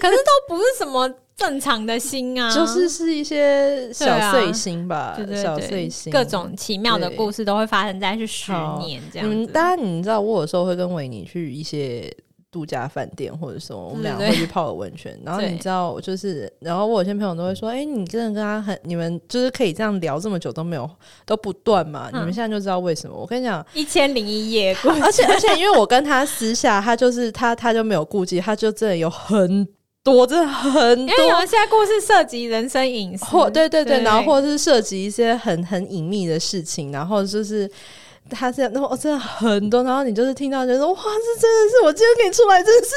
Speaker 2: 可是都不是什么正常的心啊，
Speaker 1: 就是是一些小
Speaker 2: 对啊
Speaker 1: 碎星吧，
Speaker 2: 对对对
Speaker 1: 小碎星，
Speaker 2: 各。种奇妙的
Speaker 1: 对
Speaker 2: 故事都会发生在是十
Speaker 1: 好
Speaker 2: 年这
Speaker 1: 嗯你
Speaker 2: 样
Speaker 1: 们
Speaker 2: 子。
Speaker 1: 当然你知道，我有时候会跟维尼去一些度假饭店或者什么，我们
Speaker 2: 对
Speaker 1: 俩
Speaker 2: 对
Speaker 1: 会去泡个温泉。然后
Speaker 2: 对
Speaker 1: 你知道，我就是，然后我有些朋友都会说：“哎、你真的跟他很，你们就是可以这样聊这么久都没有都不断嘛？
Speaker 2: 嗯
Speaker 1: 你们现在就知道为什么。”我跟你讲，
Speaker 2: 一千零一夜故事
Speaker 1: 而且而且，因为我跟他私下，他就是他他就没有顾忌，他就真的有很多，真的很
Speaker 2: 因为有
Speaker 1: 多。
Speaker 2: 一些故事涉及人生隐私，
Speaker 1: 或对对对，然后或者是涉及一些很很隐秘的事情，然后就是他是那我真的很多，然后你就是听到就说哇，这真的是我今天给你出来，真的是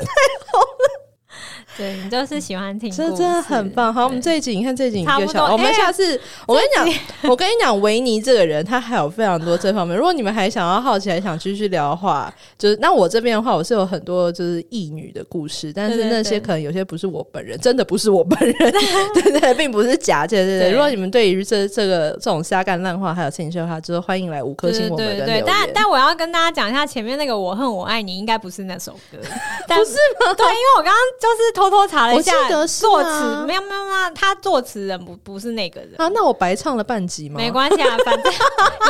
Speaker 2: 对你就是喜欢听故事，
Speaker 1: 这真的很棒。好，我们这一集你看这一集一
Speaker 2: 差不
Speaker 1: 个
Speaker 2: 多
Speaker 1: 小时，我
Speaker 2: 哎
Speaker 1: 们
Speaker 2: 呀
Speaker 1: 下次、我跟你讲，我跟你讲，维尼这个人他还有非常多这方面。如果你们还想要好奇，还想继续聊的话，就是那我这边的话，我是有很多就是异女的故事，但
Speaker 2: 对
Speaker 1: 是
Speaker 2: 对
Speaker 1: 那些
Speaker 2: 对
Speaker 1: 可能有些不是我本人，真的不是我本人，对对，并不是假，对对对。
Speaker 2: 对
Speaker 1: 如果你们对于这这个这种瞎干烂话还有兴趣的话，就是欢迎来五颗
Speaker 2: 对。
Speaker 1: 星
Speaker 2: 对
Speaker 1: 我们
Speaker 2: 对
Speaker 1: 的
Speaker 2: 对
Speaker 1: 留
Speaker 2: 对
Speaker 1: 言，。
Speaker 2: 但但我要跟大家讲一下，前面那个“我恨我爱你”应该不是那首 歌，不是吗？对，因为我刚刚就是偷偷查了一下，
Speaker 1: 我记得是啊
Speaker 2: 作词没有没有没有，他作词人不不是那个人，
Speaker 1: 啊，那我白唱了半集吗？
Speaker 2: 没关系啊，反正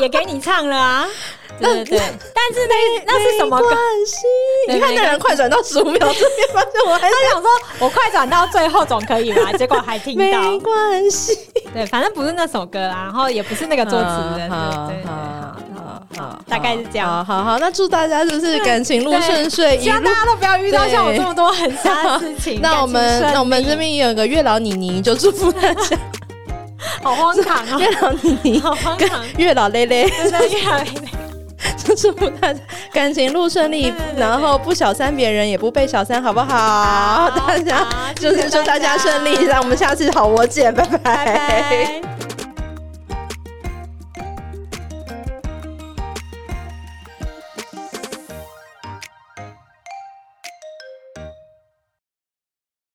Speaker 2: 也给你唱了 啊。对对对，但是那那是什么
Speaker 1: 没
Speaker 2: 歌？
Speaker 1: 关系，
Speaker 2: 对
Speaker 1: 你看那人快转到十五秒这边，发现我还是
Speaker 2: 他想说，我快转到最后总可以吧？结果还听
Speaker 1: 没
Speaker 2: 到，
Speaker 1: 关系。
Speaker 2: 对，反正不是那首歌啊，然后也不是那个作词人，
Speaker 1: 嗯好
Speaker 2: 对对对，好
Speaker 1: 好
Speaker 2: 好
Speaker 1: 好
Speaker 2: 好，大概是这样。
Speaker 1: 好好好，那祝大家就是感情路
Speaker 2: 对
Speaker 1: 顺遂，一
Speaker 2: 希望
Speaker 1: 路
Speaker 2: 大。家都不要遇到
Speaker 1: 对
Speaker 2: 像我这么多很瞎的事情。
Speaker 1: 那我
Speaker 2: 感情
Speaker 1: 们
Speaker 2: 顺利
Speaker 1: 那我们这边也有个月老妮妮，就祝福大家
Speaker 2: 好荒唐
Speaker 1: 月
Speaker 2: 哦，
Speaker 1: 老妮妮
Speaker 2: 好荒
Speaker 1: 跟
Speaker 2: 唐，
Speaker 1: 月老蕾 蕾，
Speaker 2: 真的越来越
Speaker 1: 就祝福大家感情路顺利
Speaker 2: 对对，对
Speaker 1: 然后不小三别人，也不被小三，好不好？
Speaker 2: 好
Speaker 1: 大家
Speaker 2: 好
Speaker 1: 就
Speaker 2: 谢
Speaker 1: 是
Speaker 2: 谢
Speaker 1: 祝
Speaker 2: 大
Speaker 1: 大
Speaker 2: 家
Speaker 1: 家顺利，让我们下次好我见，拜
Speaker 2: 拜拜。